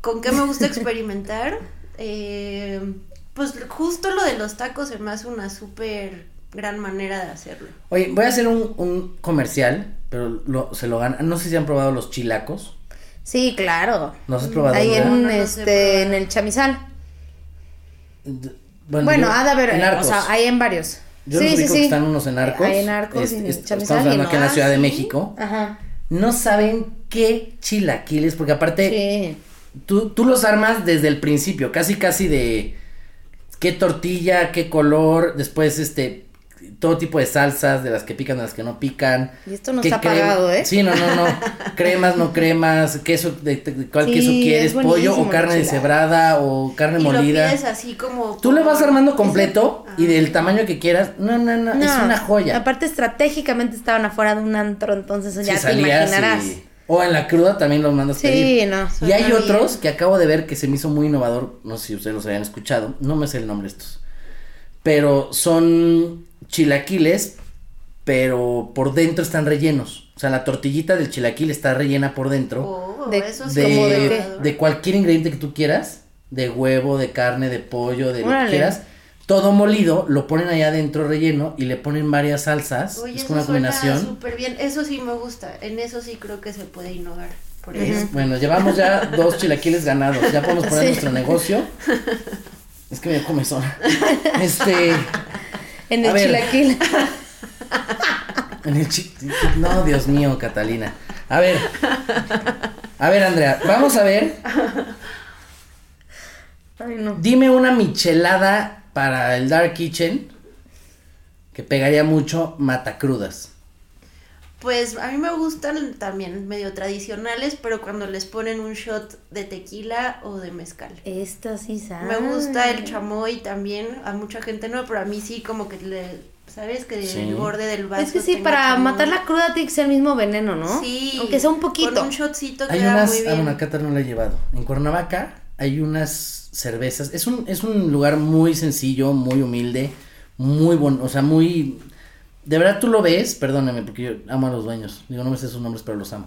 [SPEAKER 3] ¿Con qué me gusta experimentar? Eh, pues justo lo de los tacos se me hace una súper gran manera de hacerlo.
[SPEAKER 1] Oye, voy a hacer un, un comercial, pero lo- se lo ganan. No sé si han probado los chilacos.
[SPEAKER 2] Sí, claro.
[SPEAKER 1] ¿No has probado?
[SPEAKER 2] Ahí Mm, en,
[SPEAKER 1] Andrea?
[SPEAKER 3] No, no los he
[SPEAKER 2] este, en
[SPEAKER 3] probado.
[SPEAKER 2] el chamizal.
[SPEAKER 1] D-
[SPEAKER 2] Bueno,
[SPEAKER 1] yo-
[SPEAKER 2] ha de haber,
[SPEAKER 1] En
[SPEAKER 2] eh,
[SPEAKER 1] Arcos.
[SPEAKER 2] o sea, hay en varios.
[SPEAKER 1] yo
[SPEAKER 2] sí,
[SPEAKER 1] los
[SPEAKER 2] sí,
[SPEAKER 1] ubico
[SPEAKER 2] sí.
[SPEAKER 1] que están unos en Arcos.
[SPEAKER 2] Hay en Arcos
[SPEAKER 1] Es-
[SPEAKER 2] y en
[SPEAKER 1] es- estamos
[SPEAKER 2] Chamizal y
[SPEAKER 1] hablando
[SPEAKER 2] en-
[SPEAKER 1] aquí en la
[SPEAKER 3] Ah,
[SPEAKER 1] Ciudad de
[SPEAKER 3] sí.
[SPEAKER 1] México.
[SPEAKER 2] Ajá.
[SPEAKER 1] No saben qué chilaquiles, porque aparte
[SPEAKER 2] Sí.
[SPEAKER 1] tú, tú los armas desde el principio, casi casi de qué tortilla, qué color, después este todo tipo de salsas, de las que pican, de las que no pican.
[SPEAKER 2] Y esto no
[SPEAKER 1] qué
[SPEAKER 2] está
[SPEAKER 1] crema-
[SPEAKER 2] pagado, ¿eh?
[SPEAKER 1] Sí, no, no, no. cremas, no cremas, queso, de, de- de cuál
[SPEAKER 2] Sí,
[SPEAKER 1] queso quieres,
[SPEAKER 2] es
[SPEAKER 1] pollo o
[SPEAKER 2] buenísimo,
[SPEAKER 1] carne
[SPEAKER 2] la
[SPEAKER 1] deshebrada o carne
[SPEAKER 3] Y lo
[SPEAKER 1] molida.
[SPEAKER 3] pides así como...
[SPEAKER 1] Tú lo vas armando
[SPEAKER 3] como-
[SPEAKER 1] completo y del tamaño que quieras. No, no, no, es
[SPEAKER 2] Ah. No,
[SPEAKER 1] una joya.
[SPEAKER 2] Aparte, estratégicamente estaban afuera de un antro, entonces
[SPEAKER 1] Sí,
[SPEAKER 2] ya te
[SPEAKER 1] salías y-
[SPEAKER 2] imaginarás.
[SPEAKER 1] O en la cruda también los mandas pedir.
[SPEAKER 2] Sí, no.
[SPEAKER 1] Y
[SPEAKER 3] Suena
[SPEAKER 1] hay
[SPEAKER 3] bien.
[SPEAKER 1] otros que acabo de ver que se me hizo muy innovador, no sé si ustedes los habían escuchado, no me sé el nombre de estos, pero son chilaquiles, pero por dentro están rellenos, o sea, la tortillita del chilaquil está rellena por dentro
[SPEAKER 3] Oh,
[SPEAKER 2] De-
[SPEAKER 3] eso sí
[SPEAKER 1] de,
[SPEAKER 3] es
[SPEAKER 2] ¿Cómo de
[SPEAKER 3] innovador.
[SPEAKER 1] de cualquier ingrediente que tú quieras, de huevo, de carne, de pollo, de lo que
[SPEAKER 2] Órale.
[SPEAKER 1] quieras. Todo molido, lo ponen allá adentro relleno y le ponen varias salsas.
[SPEAKER 3] Oye,
[SPEAKER 1] es
[SPEAKER 3] eso
[SPEAKER 1] una
[SPEAKER 3] suena
[SPEAKER 1] combinación.
[SPEAKER 3] súper bien. Eso sí me gusta. En eso sí creo que se puede innovar. Por
[SPEAKER 1] Es-
[SPEAKER 3] eso.
[SPEAKER 1] Bueno, llevamos ya dos chilaquiles ganados. Ya podemos poner
[SPEAKER 2] Sí.
[SPEAKER 1] nuestro negocio. Es que me dio comezón. Este.
[SPEAKER 2] En
[SPEAKER 1] A
[SPEAKER 2] el
[SPEAKER 1] ver.
[SPEAKER 2] chilaquil.
[SPEAKER 1] en el chi- No, Dios mío, Catalina. A ver. A ver, Andrea, vamos a ver.
[SPEAKER 2] Ay, no.
[SPEAKER 1] Dime una michelada para el Dark Kitchen que pegaría mucho matacrudas.
[SPEAKER 3] Pues a mí me gustan también medio tradicionales, pero cuando les ponen un shot de tequila o de mezcal.
[SPEAKER 2] Esta sí sabe.
[SPEAKER 3] Me gusta el chamoy también, a mucha gente no, pero a mí sí como que le, ¿sabes? Que
[SPEAKER 1] Sí.
[SPEAKER 3] el borde del vaso
[SPEAKER 2] Es que sí,
[SPEAKER 3] tenga
[SPEAKER 2] para
[SPEAKER 3] chamoy.
[SPEAKER 2] matar la cruda tiene que ser el mismo veneno, ¿no?
[SPEAKER 3] Sí.
[SPEAKER 2] Aunque sea un poquito.
[SPEAKER 3] Con un shotcito
[SPEAKER 1] Hay
[SPEAKER 3] queda
[SPEAKER 1] unas,
[SPEAKER 3] muy
[SPEAKER 1] ah,
[SPEAKER 3] bien.
[SPEAKER 1] bueno, a Qatar no la he llevado. En Cuernavaca hay unas cervezas. Es un, es un lugar muy sencillo, muy humilde, muy bueno, o sea, muy... De verdad tú lo ves, perdóname, porque yo amo a los dueños. Digo, no me sé sus nombres, pero los amo.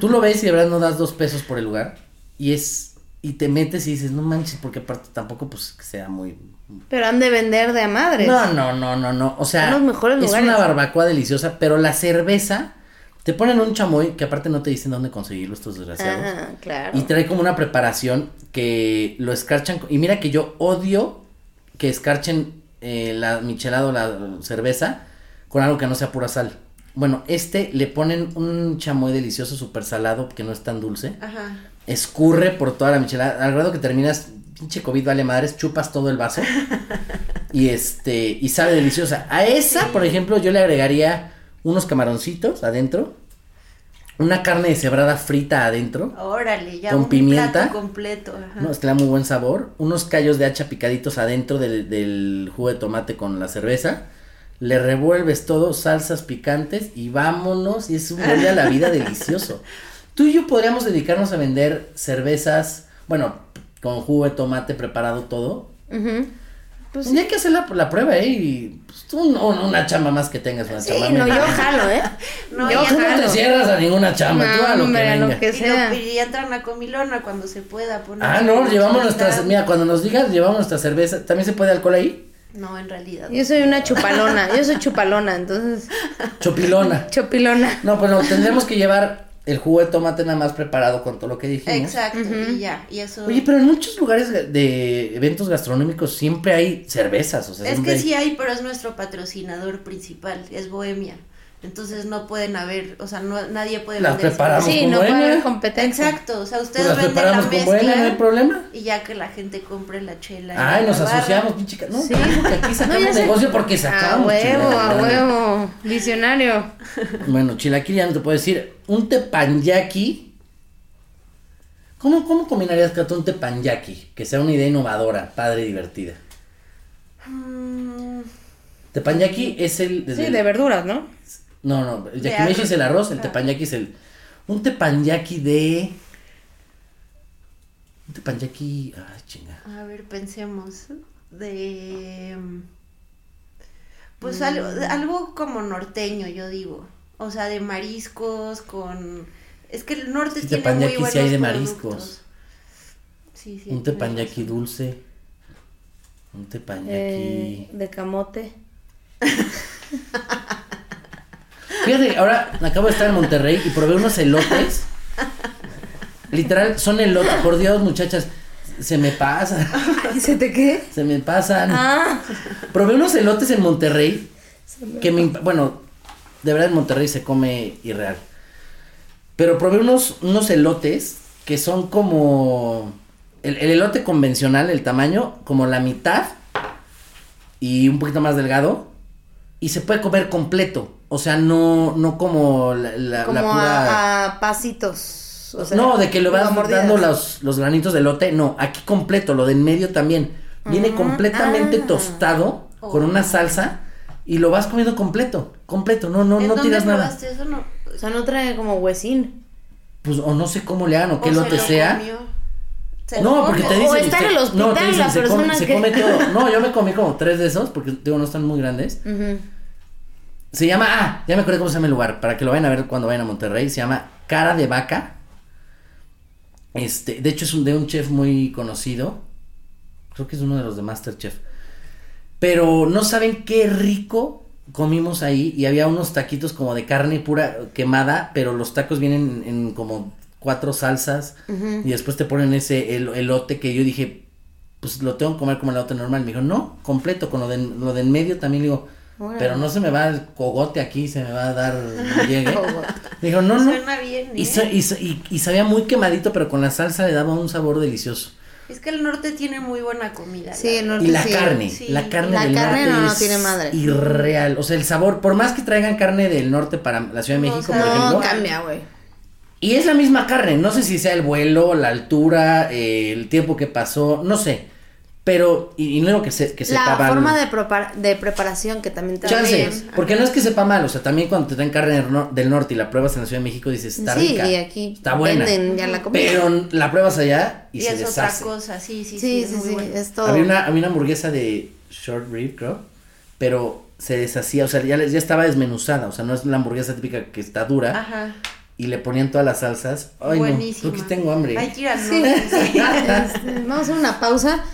[SPEAKER 1] Tú lo ves y de verdad no das dos pesos por el lugar. Y es... Y te metes y dices, no manches, porque aparte tampoco pues que sea muy...
[SPEAKER 2] Pero han de vender de a madres.
[SPEAKER 1] No, no, no, no, no. O sea,
[SPEAKER 2] Son los mejores
[SPEAKER 1] es
[SPEAKER 2] lugares.
[SPEAKER 1] una barbacoa deliciosa, pero la cerveza... Te ponen un chamoy que aparte no te dicen dónde conseguirlo estos desgraciados.
[SPEAKER 2] Ajá, claro.
[SPEAKER 1] Y trae como una preparación que lo escarchan. con- Y mira que yo odio que escarchen eh, la michelada o la cerveza con algo que no sea pura sal. Bueno, este le ponen un chamoy delicioso, súper salado, que no es tan dulce.
[SPEAKER 3] Ajá.
[SPEAKER 1] Escurre por toda la michelada, al grado que terminas, pinche COVID vale madres, chupas todo el vaso. y este, y sabe deliciosa. A esa, por ejemplo, yo le agregaría unos camaroncitos adentro, una carne deshebrada frita adentro.
[SPEAKER 3] Órale, ya
[SPEAKER 1] Con
[SPEAKER 3] un
[SPEAKER 1] pimienta.
[SPEAKER 3] plato completo. Ajá.
[SPEAKER 1] No, es que le da muy buen sabor. Unos callos de hacha picaditos adentro del, del jugo de tomate con la cerveza. Le revuelves todo, salsas picantes y vámonos. Y es un día a la vida delicioso. Tú y yo podríamos dedicarnos a vender cervezas, bueno, con jugo de tomate preparado todo.
[SPEAKER 2] Ujú. Pues
[SPEAKER 1] Tendría que hacer la, la prueba, ¿eh? Y pues, tú no- una chamba más que tengas, una
[SPEAKER 2] Sí,
[SPEAKER 1] chamba
[SPEAKER 2] no, yo
[SPEAKER 1] menos.
[SPEAKER 2] jalo, ¿eh?
[SPEAKER 3] No,
[SPEAKER 2] yo
[SPEAKER 3] ya
[SPEAKER 1] Tú no te
[SPEAKER 2] jalo.
[SPEAKER 1] cierras a ninguna chamba, tú a lo que
[SPEAKER 2] hombre, a
[SPEAKER 1] venga.
[SPEAKER 2] lo que
[SPEAKER 3] Y, lo-
[SPEAKER 2] sea.
[SPEAKER 3] y entran a comilona cuando se pueda poner.
[SPEAKER 1] Ah, no, llevamos nuestras, mira, cuando nos digas, llevamos nuestra cerveza. ¿También se puede alcohol ahí?
[SPEAKER 3] No, en realidad.
[SPEAKER 2] Yo soy una chupalona, yo soy chupalona, entonces.
[SPEAKER 1] Chopilona.
[SPEAKER 2] Chopilona.
[SPEAKER 1] No, pero tendremos que llevar el jugo de tomate nada más preparado con todo lo que dijimos.
[SPEAKER 3] Exacto, y ya. Y eso.
[SPEAKER 1] Oye, pero en muchos lugares ga- de eventos gastronómicos siempre hay cervezas, o sea,
[SPEAKER 3] es
[SPEAKER 1] siempre
[SPEAKER 3] que
[SPEAKER 1] hay-
[SPEAKER 3] sí hay, pero es nuestro patrocinador principal, es Bohemia. Entonces no pueden haber, o sea, no, nadie puede
[SPEAKER 1] Las
[SPEAKER 3] vender
[SPEAKER 1] preparamos
[SPEAKER 3] cerveza.
[SPEAKER 2] Sí,
[SPEAKER 1] con
[SPEAKER 2] no puede
[SPEAKER 1] buena.
[SPEAKER 2] haber competencia.
[SPEAKER 3] Exacto, o sea,
[SPEAKER 1] Pues
[SPEAKER 3] ustedes
[SPEAKER 1] las
[SPEAKER 3] venden la
[SPEAKER 1] preparamos
[SPEAKER 3] mezcla
[SPEAKER 1] con buena, no hay problema.
[SPEAKER 3] y ya que la gente compre la chela. y
[SPEAKER 1] Ay,
[SPEAKER 3] la
[SPEAKER 1] nos
[SPEAKER 3] barra.
[SPEAKER 1] asociamos, pinche ca- No,
[SPEAKER 2] Sí.
[SPEAKER 1] claro que aquí sacamos
[SPEAKER 2] ya sé.
[SPEAKER 1] negocio porque
[SPEAKER 2] A
[SPEAKER 1] sacamos.
[SPEAKER 2] huevo,
[SPEAKER 1] chingada
[SPEAKER 2] a
[SPEAKER 1] madre.
[SPEAKER 2] huevo. Visionario.
[SPEAKER 1] Bueno, chilaquil ya no te puedo decir. Un tepanyaki. ¿Cómo, cómo combinarías, Cato, un tepanyaki? Que sea una idea innovadora, padre y divertida.
[SPEAKER 3] Mm,
[SPEAKER 1] Tepanyaki es el... desde
[SPEAKER 2] Sí,
[SPEAKER 1] el-
[SPEAKER 2] de verduras, ¿no?
[SPEAKER 1] No, no, el
[SPEAKER 3] De
[SPEAKER 1] yakimeshi
[SPEAKER 3] arroz.
[SPEAKER 1] es el arroz, el
[SPEAKER 3] Ah.
[SPEAKER 1] tepanyaki es el... Un tepanyaki de... Un tepanyaki... Ay, chinga.
[SPEAKER 3] a ver, pensemos. De.
[SPEAKER 1] Mm.
[SPEAKER 3] Pues algo, algo como norteño, yo digo. O sea, de mariscos, con. Es que el norte
[SPEAKER 1] Sí,
[SPEAKER 3] tiene
[SPEAKER 1] teppanyaki
[SPEAKER 3] muy
[SPEAKER 1] sí
[SPEAKER 3] buenos
[SPEAKER 1] hay de
[SPEAKER 3] productos.
[SPEAKER 1] mariscos.
[SPEAKER 3] Sí, sí.
[SPEAKER 1] Un
[SPEAKER 3] tienes
[SPEAKER 1] tepanyaki
[SPEAKER 3] razón.
[SPEAKER 1] dulce. Un
[SPEAKER 2] Eh,
[SPEAKER 1] tepanyaki...
[SPEAKER 2] de camote.
[SPEAKER 1] Fíjate, que ahora acabo de estar en Monterrey y probé unos elotes. Literal, son elotes. Por Dios, muchachas, se me pasa.
[SPEAKER 2] ¿Y se te qué?
[SPEAKER 1] Se me pasan.
[SPEAKER 2] Ah,
[SPEAKER 1] Probé unos elotes en Monterrey que me, imp- bueno, de verdad en Monterrey se come irreal. Pero probé unos, unos elotes que son como el, el elote convencional, el tamaño, como la mitad y un poquito más delgado. Y se puede comer completo. O sea, no, no como la, la- la
[SPEAKER 2] como
[SPEAKER 1] pura.
[SPEAKER 2] a, a pasitos. o sea,
[SPEAKER 1] no, de que le
[SPEAKER 2] como a
[SPEAKER 1] vas
[SPEAKER 2] mordidas.
[SPEAKER 1] dando los, los granitos de elote. No, aquí completo, lo de en medio también. Viene completamente
[SPEAKER 2] ah.
[SPEAKER 1] tostado con una salsa y lo vas comiendo completo. Completo, no, no,
[SPEAKER 3] ¿En
[SPEAKER 1] no
[SPEAKER 3] dónde
[SPEAKER 1] tiras nada.
[SPEAKER 3] probaste eso? No.
[SPEAKER 2] O sea, no trae como huesín.
[SPEAKER 1] Pues, o no sé cómo le hagan, o qué
[SPEAKER 3] ¿O se
[SPEAKER 1] elote
[SPEAKER 3] lo
[SPEAKER 1] sea.
[SPEAKER 3] comió? Se lo
[SPEAKER 1] No, porque
[SPEAKER 3] comió.
[SPEAKER 1] te
[SPEAKER 2] O
[SPEAKER 1] dicen.
[SPEAKER 2] está en
[SPEAKER 1] usted-
[SPEAKER 2] el hospital
[SPEAKER 1] no, te dicen,
[SPEAKER 2] la
[SPEAKER 1] se
[SPEAKER 2] persona
[SPEAKER 1] come, se
[SPEAKER 2] que-
[SPEAKER 1] come todo. No, yo me comí como tres de esos, porque digo, no están muy grandes.
[SPEAKER 2] Ujú.
[SPEAKER 1] Se llama, ah, ya me acordé cómo se llama el lugar, para que lo vayan a ver cuando vayan a Monterrey. Se llama Cara de Vaca. Este, de hecho es un, de un chef muy conocido. Creo que es uno de los de Masterchef. Pero no saben qué rico comimos ahí y había unos taquitos como de carne pura quemada, pero los tacos vienen en, en como cuatro salsas y después te ponen ese el- elote que yo dije, pues lo tengo que comer como el elote normal. Me dijo, no, completo, con lo de, lo de en medio también le digo,
[SPEAKER 2] Órale.
[SPEAKER 1] pero no se me va el cogote aquí, se me va a dar llegue.
[SPEAKER 2] Cogote.
[SPEAKER 1] Me dijo, no, no.
[SPEAKER 3] Suena bien,
[SPEAKER 1] Y,
[SPEAKER 3] ¿eh?
[SPEAKER 1] sa- y sa- y- y sabía muy quemadito, pero con la salsa le daba un sabor delicioso.
[SPEAKER 3] Es que el norte tiene muy buena comida.
[SPEAKER 2] Sí, el
[SPEAKER 3] verdad.
[SPEAKER 2] norte
[SPEAKER 1] Y la
[SPEAKER 2] sí.
[SPEAKER 1] carne,
[SPEAKER 3] Sí.
[SPEAKER 1] la carne
[SPEAKER 2] La
[SPEAKER 1] del
[SPEAKER 2] carne
[SPEAKER 1] norte
[SPEAKER 2] no, no
[SPEAKER 1] es
[SPEAKER 2] tiene madre.
[SPEAKER 1] irreal, o sea, el sabor, por más que traigan carne del norte para la Ciudad de
[SPEAKER 3] No,
[SPEAKER 1] México,
[SPEAKER 3] o sea,
[SPEAKER 1] por
[SPEAKER 2] No,
[SPEAKER 1] ejemplo,
[SPEAKER 2] cambia, güey.
[SPEAKER 1] y es la misma carne, no sé si sea el vuelo, la altura, eh, el tiempo que pasó, no sé, pero, y, y no digo que se, que
[SPEAKER 2] La
[SPEAKER 1] sepa mal.
[SPEAKER 2] forma de, prepar- de preparación que también te
[SPEAKER 1] Chance,
[SPEAKER 2] Sí,
[SPEAKER 1] porque no es que sepa mal, o sea, también cuando te traen carne del nor- del norte y la pruebas en la Ciudad de México dices, está rica,
[SPEAKER 2] y aquí
[SPEAKER 1] está buena,
[SPEAKER 2] venden ya la comida.
[SPEAKER 1] pero la pruebas allá y,
[SPEAKER 3] Y,
[SPEAKER 1] se
[SPEAKER 3] es
[SPEAKER 1] deshace.
[SPEAKER 3] otra cosa, sí, sí, sí.
[SPEAKER 2] sí,
[SPEAKER 3] es
[SPEAKER 2] sí,
[SPEAKER 3] muy
[SPEAKER 2] sí,
[SPEAKER 3] bueno.
[SPEAKER 2] es todo.
[SPEAKER 1] Había una, había una hamburguesa de short rib, creo, pero se deshacía, o sea, ya, les- ya estaba desmenuzada, o sea, no es la hamburguesa típica que está dura
[SPEAKER 3] Ajá.
[SPEAKER 1] y le ponían todas las salsas. Ay,
[SPEAKER 3] Ah. Buenísima.
[SPEAKER 1] no, creo que tengo hambre.
[SPEAKER 3] Hay que ir al
[SPEAKER 2] Sí,
[SPEAKER 3] norte, sí.
[SPEAKER 2] sí, este, vamos a hacer una pausa.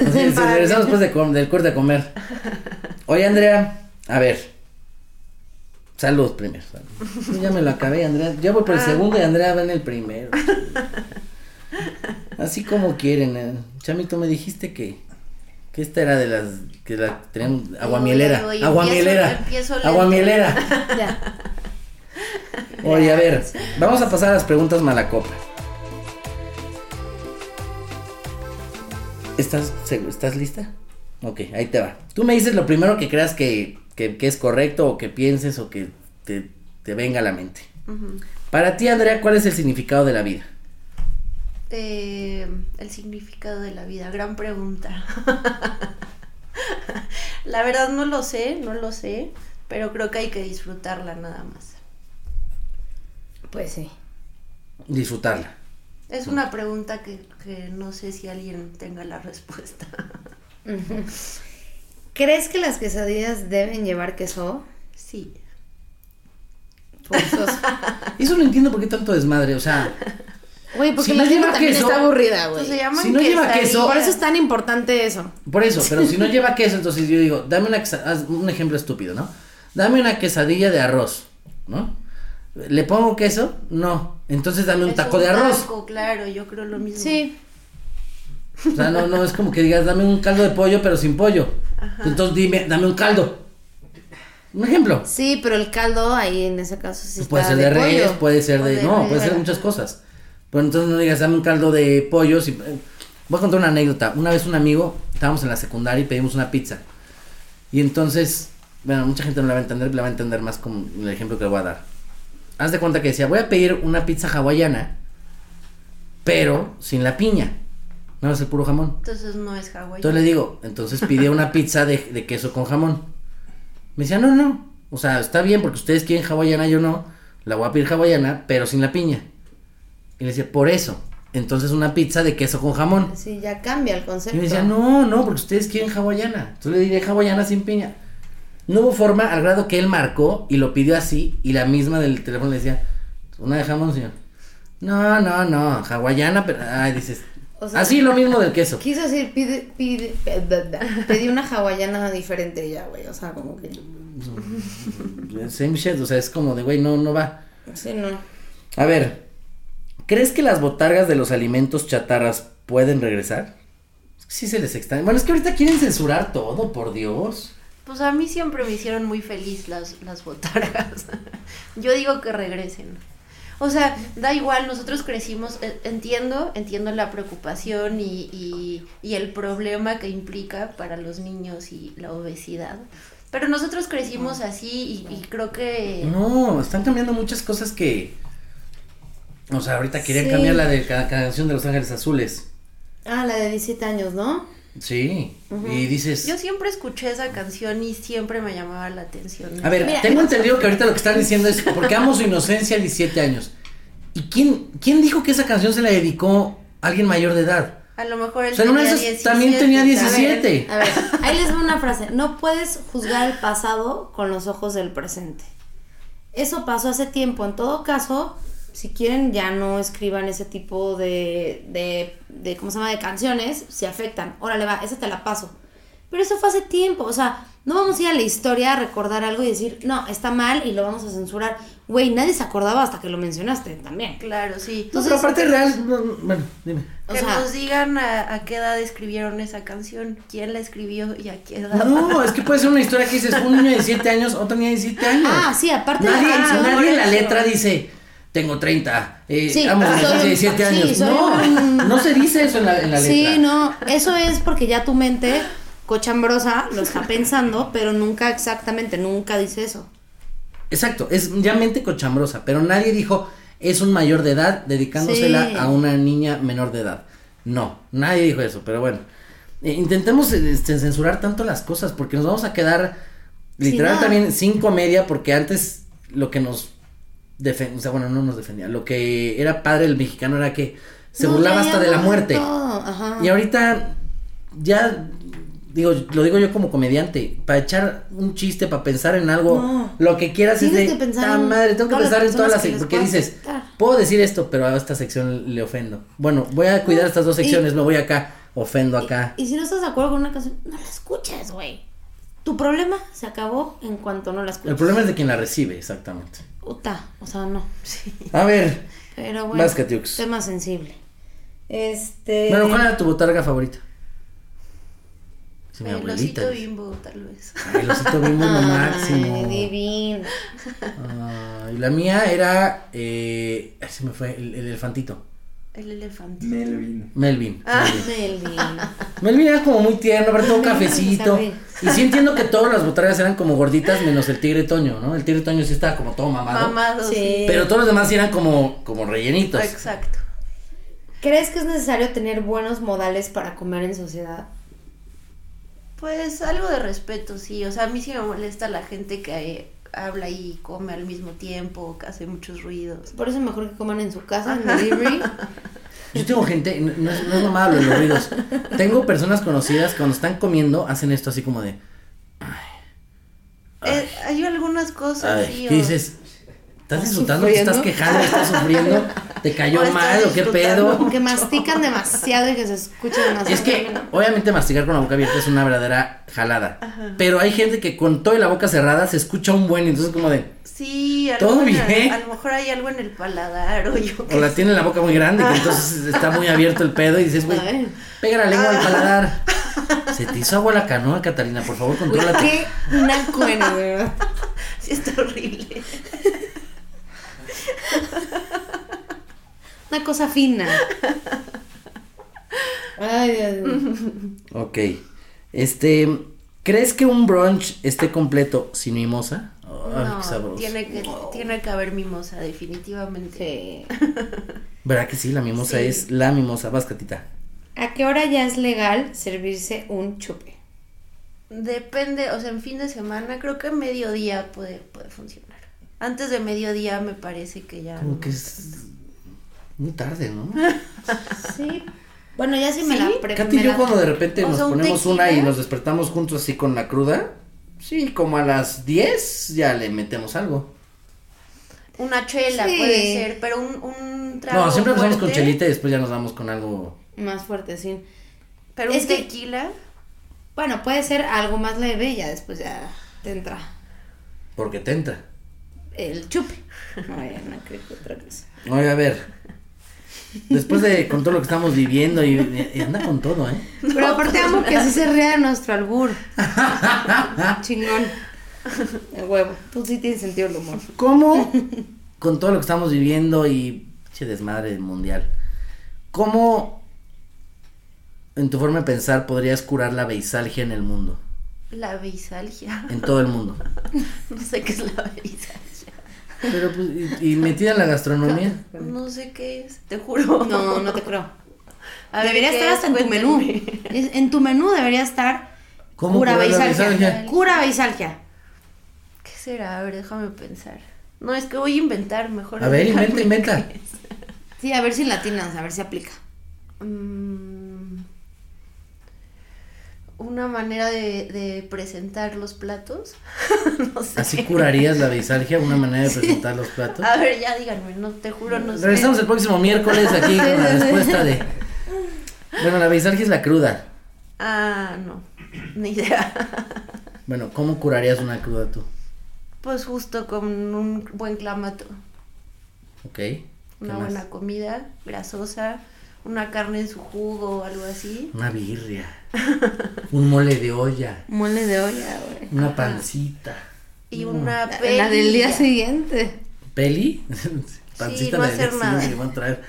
[SPEAKER 1] Nos
[SPEAKER 2] para-
[SPEAKER 1] regresamos después de com- del corte a comer. Oye, Andrea, a ver. Salud primero. salud. Yo ya me lo acabé, Andrea. Yo voy por el
[SPEAKER 3] Ah.
[SPEAKER 1] segundo y Andrea va en el primero. Así como quieren. eh. Chamito, me dijiste que. Que esta era de las que la tenían aguamielera.
[SPEAKER 3] Uy, uy,
[SPEAKER 1] aguamielera.
[SPEAKER 3] empiezo- empiezo lento.
[SPEAKER 1] aguamielera.
[SPEAKER 2] Ya.
[SPEAKER 1] Oye, a ver, vamos a pasar a las preguntas malacopa. ¿Estás, seg- ¿Estás lista? Ok, ahí te va. Tú me dices lo primero que creas que, que- que es correcto o que pienses o que te, te venga a la mente. Para ti, Andrea, ¿cuál es el significado de la vida?
[SPEAKER 3] Eh, el significado de la vida, gran pregunta. la verdad no lo sé, no lo sé, pero creo que hay que disfrutarla nada más.
[SPEAKER 2] Pues sí.
[SPEAKER 1] Disfrutarla.
[SPEAKER 3] Es una pregunta que, que no sé si alguien tenga la respuesta.
[SPEAKER 2] ¿Crees que las quesadillas deben llevar queso?
[SPEAKER 3] sí.
[SPEAKER 2] Pues,
[SPEAKER 1] Eso no entiendo por qué tanto desmadre, o sea,
[SPEAKER 2] Güey, porque
[SPEAKER 1] Si
[SPEAKER 2] la
[SPEAKER 1] no
[SPEAKER 2] gente
[SPEAKER 1] lleva
[SPEAKER 2] también
[SPEAKER 1] queso-
[SPEAKER 2] está aburrida, güey.
[SPEAKER 3] Entonces se llaman
[SPEAKER 1] Si no lleva queso-
[SPEAKER 2] Por
[SPEAKER 3] quesadillas.
[SPEAKER 2] eso es tan importante eso.
[SPEAKER 1] por eso, pero si no lleva queso, entonces yo digo, dame una, quesa- haz un ejemplo estúpido, ¿no? Dame una quesadilla de arroz, ¿no? ¿Le pongo queso? No. Entonces dame un
[SPEAKER 3] Es
[SPEAKER 1] taco de arroz.
[SPEAKER 3] taco, claro, yo creo lo mismo.
[SPEAKER 2] Sí.
[SPEAKER 1] O sea, no, no es como que digas, dame un caldo de pollo, pero sin pollo. Entonces dime, dame un caldo. Un ejemplo.
[SPEAKER 2] Sí, pero el caldo ahí en ese caso sí
[SPEAKER 1] Pues
[SPEAKER 2] está
[SPEAKER 1] puede ser de,
[SPEAKER 2] pollo.
[SPEAKER 1] reyes, puede ser
[SPEAKER 3] O
[SPEAKER 1] de.
[SPEAKER 3] de
[SPEAKER 1] no,
[SPEAKER 3] res,
[SPEAKER 1] puede ser de
[SPEAKER 3] ajá.
[SPEAKER 1] muchas cosas. Pero entonces no digas, dame un caldo de pollo. si- eh, Voy a contar una anécdota. Una vez un amigo, estábamos en la secundaria y pedimos una pizza. Y entonces, bueno, mucha gente no la va a entender, la va a entender más con el ejemplo que le voy a dar. Haz de cuenta que decía, voy a pedir una pizza hawaiana, pero sin la piña. No es el puro jamón.
[SPEAKER 3] Entonces no es Hawái.
[SPEAKER 1] Entonces le digo, entonces pidió una pizza de, de queso con jamón. Me decía, no, no. O sea, está bien porque ustedes quieren hawaiana, yo no. La voy a pedir hawaiana, pero sin la piña. Y le decía, por eso. Entonces una pizza de queso con jamón.
[SPEAKER 2] Sí, ya cambia el
[SPEAKER 1] Y
[SPEAKER 2] concepto.
[SPEAKER 1] me decía, no, no, porque ustedes quieren hawaiana. Entonces le diré hawaiana sin piña. No hubo forma, al grado que él marcó y lo pidió así, y la misma del teléfono le decía, una de jamón, señor. No, no, no, hawaiana, pero. Ay, dices.
[SPEAKER 2] O sea-
[SPEAKER 1] así lo mismo del queso.
[SPEAKER 2] Quiso decir, pide, pide, pe- pe- pe- pedí una hawaiana diferente ya, güey. O sea, como que.
[SPEAKER 1] Same shit, o sea, es como de, güey, no, no va.
[SPEAKER 2] Sí, no.
[SPEAKER 1] A ver, ¿crees que las botargas de los alimentos chatarras pueden regresar? Es que sí se les extraña. Bueno, es que ahorita quieren censurar todo, por Dios.
[SPEAKER 3] Pues a mí siempre me hicieron muy feliz las, las botargas. Yo digo que regresen. O sea, da igual, nosotros crecimos, eh, entiendo, entiendo la preocupación y, y- y el problema que implica para los niños y la obesidad. Pero nosotros crecimos así y, y creo que...
[SPEAKER 1] No, están cambiando muchas cosas que... O sea, ahorita querían
[SPEAKER 2] Sí.
[SPEAKER 1] cambiar la de ca- canción de Los Ángeles Azules.
[SPEAKER 2] Ah, la de 17 años, ¿no?
[SPEAKER 1] Sí. Y dices...
[SPEAKER 3] Yo siempre escuché esa canción y siempre me llamaba la atención.
[SPEAKER 1] A ver,
[SPEAKER 2] Mira.
[SPEAKER 1] tengo entendido que ahorita lo que están diciendo es porque amo su inocencia a 17 años. ¿Y quién, quién dijo que esa canción se la dedicó a alguien mayor de edad?
[SPEAKER 3] A lo mejor él
[SPEAKER 1] O sea, en una de
[SPEAKER 3] tenía
[SPEAKER 1] esas también tenía
[SPEAKER 3] ¿sabes?
[SPEAKER 1] 17.
[SPEAKER 2] A ver, ahí les va una frase. No puedes juzgar el pasado con los ojos del presente. Eso pasó hace tiempo. En todo caso, si quieren, ya no escriban ese tipo de, de, de ¿cómo se llama?, de canciones. Si afectan, órale, va, esa te la paso. Pero eso fue hace tiempo. O sea, no vamos a ir a la historia a recordar algo y decir, no, está mal y lo vamos a censurar. Güey, nadie se acordaba hasta que lo mencionaste también.
[SPEAKER 3] Claro, sí.
[SPEAKER 1] No, pero aparte real, no, no, bueno, dime.
[SPEAKER 2] O
[SPEAKER 3] Que
[SPEAKER 2] sea-
[SPEAKER 3] nos digan a, a qué edad escribieron esa canción, quién la escribió y a qué edad.
[SPEAKER 1] No, es que puede ser una historia que dices, un niño de 17 años, otro niño de 17 años.
[SPEAKER 2] Ah, sí, aparte de la
[SPEAKER 1] nadie,
[SPEAKER 2] canción.
[SPEAKER 1] nadie en la
[SPEAKER 2] Por eso.
[SPEAKER 1] letra dice, tengo 30, eh,
[SPEAKER 2] Sí,
[SPEAKER 1] amo desde
[SPEAKER 2] soy
[SPEAKER 1] hace
[SPEAKER 2] un-
[SPEAKER 1] 17
[SPEAKER 2] sí,
[SPEAKER 1] años.
[SPEAKER 2] soy
[SPEAKER 1] no,
[SPEAKER 2] un-
[SPEAKER 1] no se dice eso en la, en la letra.
[SPEAKER 2] Sí, no, eso es porque ya tu mente cochambrosa lo está pensando, pero nunca exactamente, nunca dice eso.
[SPEAKER 1] Exacto, es ya mente cochambrosa, pero nadie dijo es un mayor de edad dedicándosela
[SPEAKER 2] Sí.
[SPEAKER 1] a una niña menor de edad. No, nadie dijo eso, pero bueno. Eh, intentemos eh, este, censurar tanto las cosas porque nos vamos a quedar literal
[SPEAKER 2] nada.
[SPEAKER 1] también sin comedia porque antes lo que nos defendía, o sea, bueno, no nos defendía, lo que era padre el mexicano era que se
[SPEAKER 2] No,
[SPEAKER 1] burlaba
[SPEAKER 2] ya,
[SPEAKER 1] hasta de la
[SPEAKER 2] no,
[SPEAKER 1] muerte.
[SPEAKER 2] todo, ajá.
[SPEAKER 1] Y ahorita ya digo, lo digo yo como comediante, para echar un chiste, para pensar en algo,
[SPEAKER 2] No.
[SPEAKER 1] lo que quieras es
[SPEAKER 2] Tienes
[SPEAKER 1] de,
[SPEAKER 2] que pensar
[SPEAKER 1] "Ta
[SPEAKER 2] en
[SPEAKER 1] madre, tengo que
[SPEAKER 2] todas las
[SPEAKER 1] pensar en todas
[SPEAKER 2] personas
[SPEAKER 1] las
[SPEAKER 2] que
[SPEAKER 1] sec-
[SPEAKER 2] les
[SPEAKER 1] porque
[SPEAKER 2] puedas
[SPEAKER 1] dices,
[SPEAKER 2] afectar".
[SPEAKER 1] puedo decir esto, pero a esta sección le ofendo. Bueno, voy a cuidar estas dos
[SPEAKER 2] y-
[SPEAKER 1] secciones, me voy acá, ofendo acá.
[SPEAKER 2] Y si no estás de acuerdo con una canción, no la escuches, güey. Tu problema se acabó en cuanto no la escuches.
[SPEAKER 1] El problema es de quien la recibe, exactamente.
[SPEAKER 2] Puta, o sea, no.
[SPEAKER 1] A ver,
[SPEAKER 2] Pero bueno,
[SPEAKER 1] Vas, Catiux.
[SPEAKER 2] tema sensible. Este.
[SPEAKER 1] bueno, ¿cuál era tu botarga favorita? Si mi
[SPEAKER 3] El
[SPEAKER 1] abuelita.
[SPEAKER 3] osito bimbo, tal vez.
[SPEAKER 1] El osito bimbo es lo máximo.
[SPEAKER 2] Ay, divino.
[SPEAKER 1] Ah, y la mía era. Eh, ay, se me fue, el, el elefantito.
[SPEAKER 3] El elefante.
[SPEAKER 4] Melvin.
[SPEAKER 1] Melvin.
[SPEAKER 2] Ah.
[SPEAKER 1] Melvin.
[SPEAKER 2] Melvin.
[SPEAKER 1] Melvin era como muy tierno, pero todo un
[SPEAKER 2] Melvin,
[SPEAKER 1] cafecito.
[SPEAKER 2] sabe.
[SPEAKER 1] Y sí entiendo que todas las botargas eran como gorditas, menos el tigre toño, ¿no? El tigre toño sí estaba como todo mamado.
[SPEAKER 3] Mamado.
[SPEAKER 2] Sí.
[SPEAKER 1] Pero todos los demás sí eran como, como rellenitos.
[SPEAKER 3] Exacto.
[SPEAKER 2] ¿Crees que es necesario tener buenos modales para comer en sociedad?
[SPEAKER 3] Pues algo de respeto, sí. O sea, a mí sí me molesta la gente que eh, habla y come al mismo tiempo, que hace muchos ruidos.
[SPEAKER 2] Por eso es mejor que coman en su casa, en delivery.
[SPEAKER 1] Yo tengo gente, no, no es, no es mamada lo de los ruidos. Tengo personas conocidas cuando están comiendo hacen esto así como de.
[SPEAKER 3] Eh, hay algunas cosas,
[SPEAKER 1] Ay,
[SPEAKER 3] sí.
[SPEAKER 1] ¿Qué
[SPEAKER 3] o-
[SPEAKER 1] dices? ¿Estás disfrutando? ¿Te estás
[SPEAKER 2] sufriendo?
[SPEAKER 1] quejando? ¿Estás sufriendo? ¿Te
[SPEAKER 3] O
[SPEAKER 1] cayó
[SPEAKER 3] estás
[SPEAKER 1] mal o qué pedo?
[SPEAKER 3] disfrutando.
[SPEAKER 2] Que mastican demasiado y que se escucha demasiado.
[SPEAKER 1] Es que, obviamente, mastigar con la boca abierta es una verdadera jalada. Pero hay gente que con toda la boca cerrada se escucha un buen, entonces, como de.
[SPEAKER 3] Sí, a,
[SPEAKER 1] Todo
[SPEAKER 3] lo mejor-
[SPEAKER 1] bien.
[SPEAKER 3] a lo mejor hay algo en el paladar o yo
[SPEAKER 1] O
[SPEAKER 3] qué
[SPEAKER 1] la
[SPEAKER 3] sé.
[SPEAKER 1] tiene la boca muy grande, que entonces está muy abierto el pedo y dices, güey,
[SPEAKER 2] A ver.
[SPEAKER 1] pega la lengua al
[SPEAKER 3] Ah.
[SPEAKER 1] paladar. Se te hizo agua la canoa, Catalina, por favor, contrólate.
[SPEAKER 2] Qué naco eres, de verdad.
[SPEAKER 3] Sí, está horrible.
[SPEAKER 2] Una cosa fina. Ay, Dios mío.
[SPEAKER 1] Ok. Este. ¿Crees que un brunch esté completo sin mimosa? Ay, qué
[SPEAKER 3] No,
[SPEAKER 1] sabroso.
[SPEAKER 3] tiene que, tiene que haber mimosa, definitivamente.
[SPEAKER 2] Sí.
[SPEAKER 1] ¿Verdad que sí? La mimosa
[SPEAKER 3] Sí.
[SPEAKER 1] es la mimosa. Vas, Catita.
[SPEAKER 2] ¿A qué hora ya es legal servirse un chupe?
[SPEAKER 3] Depende, o sea, en fin de semana creo que mediodía puede, puede funcionar. Antes de mediodía me parece que ya...
[SPEAKER 1] Como
[SPEAKER 3] no.
[SPEAKER 1] que es. Muy tarde, ¿no?
[SPEAKER 2] Sí. Bueno, ya sí me
[SPEAKER 3] ¿Sí?
[SPEAKER 2] la pre-
[SPEAKER 1] Katy y
[SPEAKER 2] me
[SPEAKER 1] yo
[SPEAKER 2] la-
[SPEAKER 1] cuando de repente
[SPEAKER 3] O
[SPEAKER 1] nos
[SPEAKER 3] sea, un
[SPEAKER 1] ponemos una y
[SPEAKER 3] tequila.
[SPEAKER 1] nos despertamos juntos así con la cruda, sí, como a las 10 ya le metemos algo.
[SPEAKER 3] Una chela
[SPEAKER 2] Sí.
[SPEAKER 3] puede ser, pero un, un trago
[SPEAKER 1] No, siempre empezamos con
[SPEAKER 3] fuerte,
[SPEAKER 1] chelita y después ya nos damos con algo.
[SPEAKER 2] Más fuerte, sí.
[SPEAKER 3] Pero
[SPEAKER 2] Es
[SPEAKER 3] un
[SPEAKER 2] que-
[SPEAKER 3] tequila,
[SPEAKER 2] Bueno, puede ser algo más leve y ya después ya te entra
[SPEAKER 1] Porque te entra.
[SPEAKER 2] el chupe. Ay, no creo que otra cosa.
[SPEAKER 1] Oye, a ver. Después de con todo lo que estamos viviendo y, y anda con todo, ¿eh?
[SPEAKER 2] Pero aparte amo que así se ría de nuestro albur. Chingón. El huevo. Tú sí tienes sentido del humor.
[SPEAKER 1] ¿Cómo, con todo lo que estamos viviendo y che desmadre mundial, cómo, en tu forma de pensar, podrías curar la beisalgia en el mundo?
[SPEAKER 3] la beisalgia.
[SPEAKER 1] En todo el mundo.
[SPEAKER 3] No sé qué es la beisalgia.
[SPEAKER 1] Pero pues, y, y metida en la gastronomía.
[SPEAKER 3] No sé qué es, te juro.
[SPEAKER 2] No, no te creo.
[SPEAKER 3] A ver,
[SPEAKER 2] debería
[SPEAKER 3] ¿qué
[SPEAKER 2] estar
[SPEAKER 3] es?
[SPEAKER 2] hasta en tu menú.
[SPEAKER 3] Cuéntenme.
[SPEAKER 2] Es- En tu menú debería estar
[SPEAKER 1] ¿Cómo
[SPEAKER 2] cura
[SPEAKER 1] curar la
[SPEAKER 2] beisalgia.
[SPEAKER 1] beisalgia?
[SPEAKER 2] Cura beisalgia.
[SPEAKER 3] ¿Qué será? A ver, déjame pensar. No, es que voy a inventar mejor.
[SPEAKER 1] A ver, inventa,
[SPEAKER 3] déjame
[SPEAKER 1] inventa.
[SPEAKER 3] que-
[SPEAKER 2] Sí, a ver si latinas, a ver si aplica.
[SPEAKER 3] Mm, Una manera de, de presentar los platos. no sé.
[SPEAKER 1] ¿Así curarías la beisalgia? ¿Una manera de presentar los platos?
[SPEAKER 3] A ver, ya díganme, no te juro, no sé.
[SPEAKER 1] Regresamos el próximo miércoles aquí con la respuesta de... Bueno, la beisalgia es la cruda.
[SPEAKER 3] Ah, no, ni idea.
[SPEAKER 1] Bueno, ¿cómo curarías una cruda tú?
[SPEAKER 3] Pues justo con un buen clamato,
[SPEAKER 1] ¿Ok? ¿Qué
[SPEAKER 3] una
[SPEAKER 1] más?
[SPEAKER 3] buena comida, grasosa, una carne en su jugo o algo así.
[SPEAKER 1] Una birria. Un mole de olla.
[SPEAKER 2] Mole de olla, güey.
[SPEAKER 1] Una pancita.
[SPEAKER 3] Y una
[SPEAKER 1] Mm.
[SPEAKER 2] La,
[SPEAKER 3] peli.
[SPEAKER 2] la del día siguiente.
[SPEAKER 1] ¿Peli? pancita
[SPEAKER 3] no
[SPEAKER 1] de
[SPEAKER 3] hacer
[SPEAKER 1] Alex,
[SPEAKER 3] nada.
[SPEAKER 1] sí, me van a traer.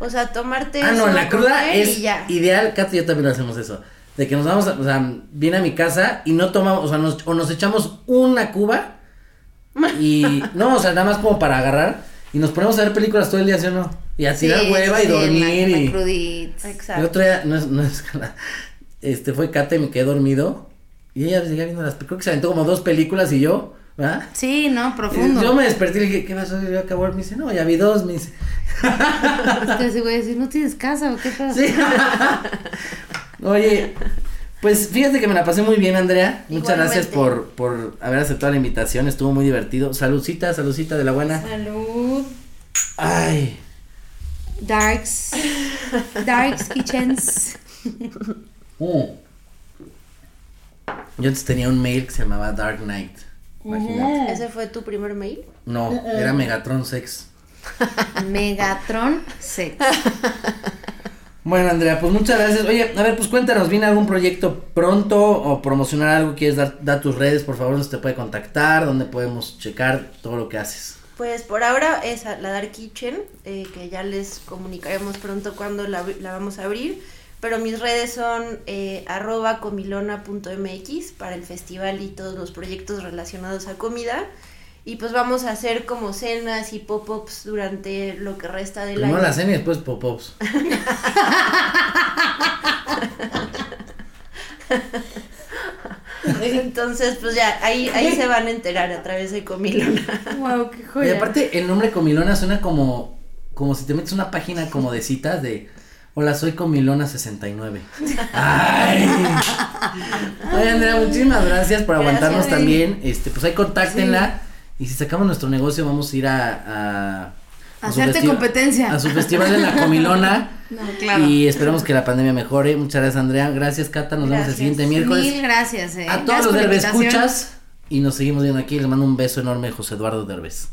[SPEAKER 3] O sea, tomarte.
[SPEAKER 1] Ah, no,
[SPEAKER 3] eso,
[SPEAKER 1] en la cruda
[SPEAKER 3] comer
[SPEAKER 1] es
[SPEAKER 3] Y ya.
[SPEAKER 1] ideal, Kat y yo también hacemos eso. De que nos vamos, a- o sea, viene a mi casa y no tomamos, o sea, nos, o nos echamos una cuba y no, o sea, nada más como para agarrar y nos ponemos a ver películas todo el día, ¿sí o no? Y a tirar
[SPEAKER 2] Sí,
[SPEAKER 1] hueva y
[SPEAKER 2] sí,
[SPEAKER 1] dormir
[SPEAKER 2] la- la
[SPEAKER 1] y...
[SPEAKER 2] crudit.
[SPEAKER 1] El
[SPEAKER 3] Exacto.
[SPEAKER 1] otro día, no es, no es jala, este, fue Kate y me quedé dormido y ella seguía viendo las, creo que se aventó como dos películas y yo, ¿verdad?
[SPEAKER 2] Sí, no,
[SPEAKER 1] Eh,
[SPEAKER 2] profundo.
[SPEAKER 1] Yo me desperté y le dije, ¿qué pasó? Y yo acabó, me dice, no, ya vi dos, me dice,
[SPEAKER 2] Es que así voy a decir, ¿no tienes casa o qué pasa?
[SPEAKER 1] sí. Oye, pues fíjate que me la pasé muy bien, Andrea, muchas gracias por,
[SPEAKER 3] Igualmente.
[SPEAKER 1] por haber aceptado la invitación, estuvo muy divertido, saludcita, saludcita de la buena,
[SPEAKER 2] Salud.
[SPEAKER 1] ay...
[SPEAKER 2] Darks. Darks Kitchens.
[SPEAKER 1] Mm. Yo antes tenía un mail que se llamaba Dark Knight. Imagínate.
[SPEAKER 3] ¿Ese fue tu primer mail?
[SPEAKER 1] No, era Megatron Sex.
[SPEAKER 2] Megatron Sex.
[SPEAKER 1] Bueno, Andrea, pues muchas gracias. Oye, a ver, pues cuéntanos, ¿viene algún proyecto pronto o promocionar algo? ¿Quieres dar, dar tus redes, por favor, donde te puede contactar, donde podemos checar todo lo que haces?
[SPEAKER 3] Pues por ahora es a- la Dark Kitchen, eh, que ya les comunicaremos pronto cuando la, abri- la vamos a abrir. Pero mis redes son eh, arroba comilona.mx para el festival y todos los proyectos relacionados a comida. Y pues vamos a hacer como cenas y pop-ups durante lo que resta del
[SPEAKER 1] Primero
[SPEAKER 3] año.
[SPEAKER 1] la cena y después pop-ups.
[SPEAKER 3] Entonces, pues ya, ahí, ahí se van a enterar a través de Comilona.
[SPEAKER 2] Wow, qué
[SPEAKER 1] Y
[SPEAKER 2] joya.
[SPEAKER 1] aparte, el nombre Comilona suena como, como si te metes una página como de citas de... Hola, soy Comilona69. ¡Ay! Oye, Andrea, muchísimas gracias por
[SPEAKER 3] Gracias,
[SPEAKER 1] aguantarnos
[SPEAKER 3] Rey.
[SPEAKER 1] también. Este, pues ahí contáctenla. Y si sacamos nuestro negocio, vamos a ir a... a- a su
[SPEAKER 2] Hacerte
[SPEAKER 1] festi-
[SPEAKER 2] competencia.
[SPEAKER 1] A su festival de la Comilona.
[SPEAKER 2] No, claro.
[SPEAKER 1] Y esperemos que la pandemia mejore. Muchas gracias, Andrea. Gracias, Cata. Nos vemos el
[SPEAKER 3] Gracias.
[SPEAKER 1] siguiente miércoles.
[SPEAKER 2] Mil gracias, eh.
[SPEAKER 1] A
[SPEAKER 2] Gracias
[SPEAKER 1] todos los
[SPEAKER 2] por la
[SPEAKER 1] Derbez
[SPEAKER 2] invitación.
[SPEAKER 1] escuchas y nos seguimos viendo aquí. Les mando un beso enorme, José Eduardo Derbez.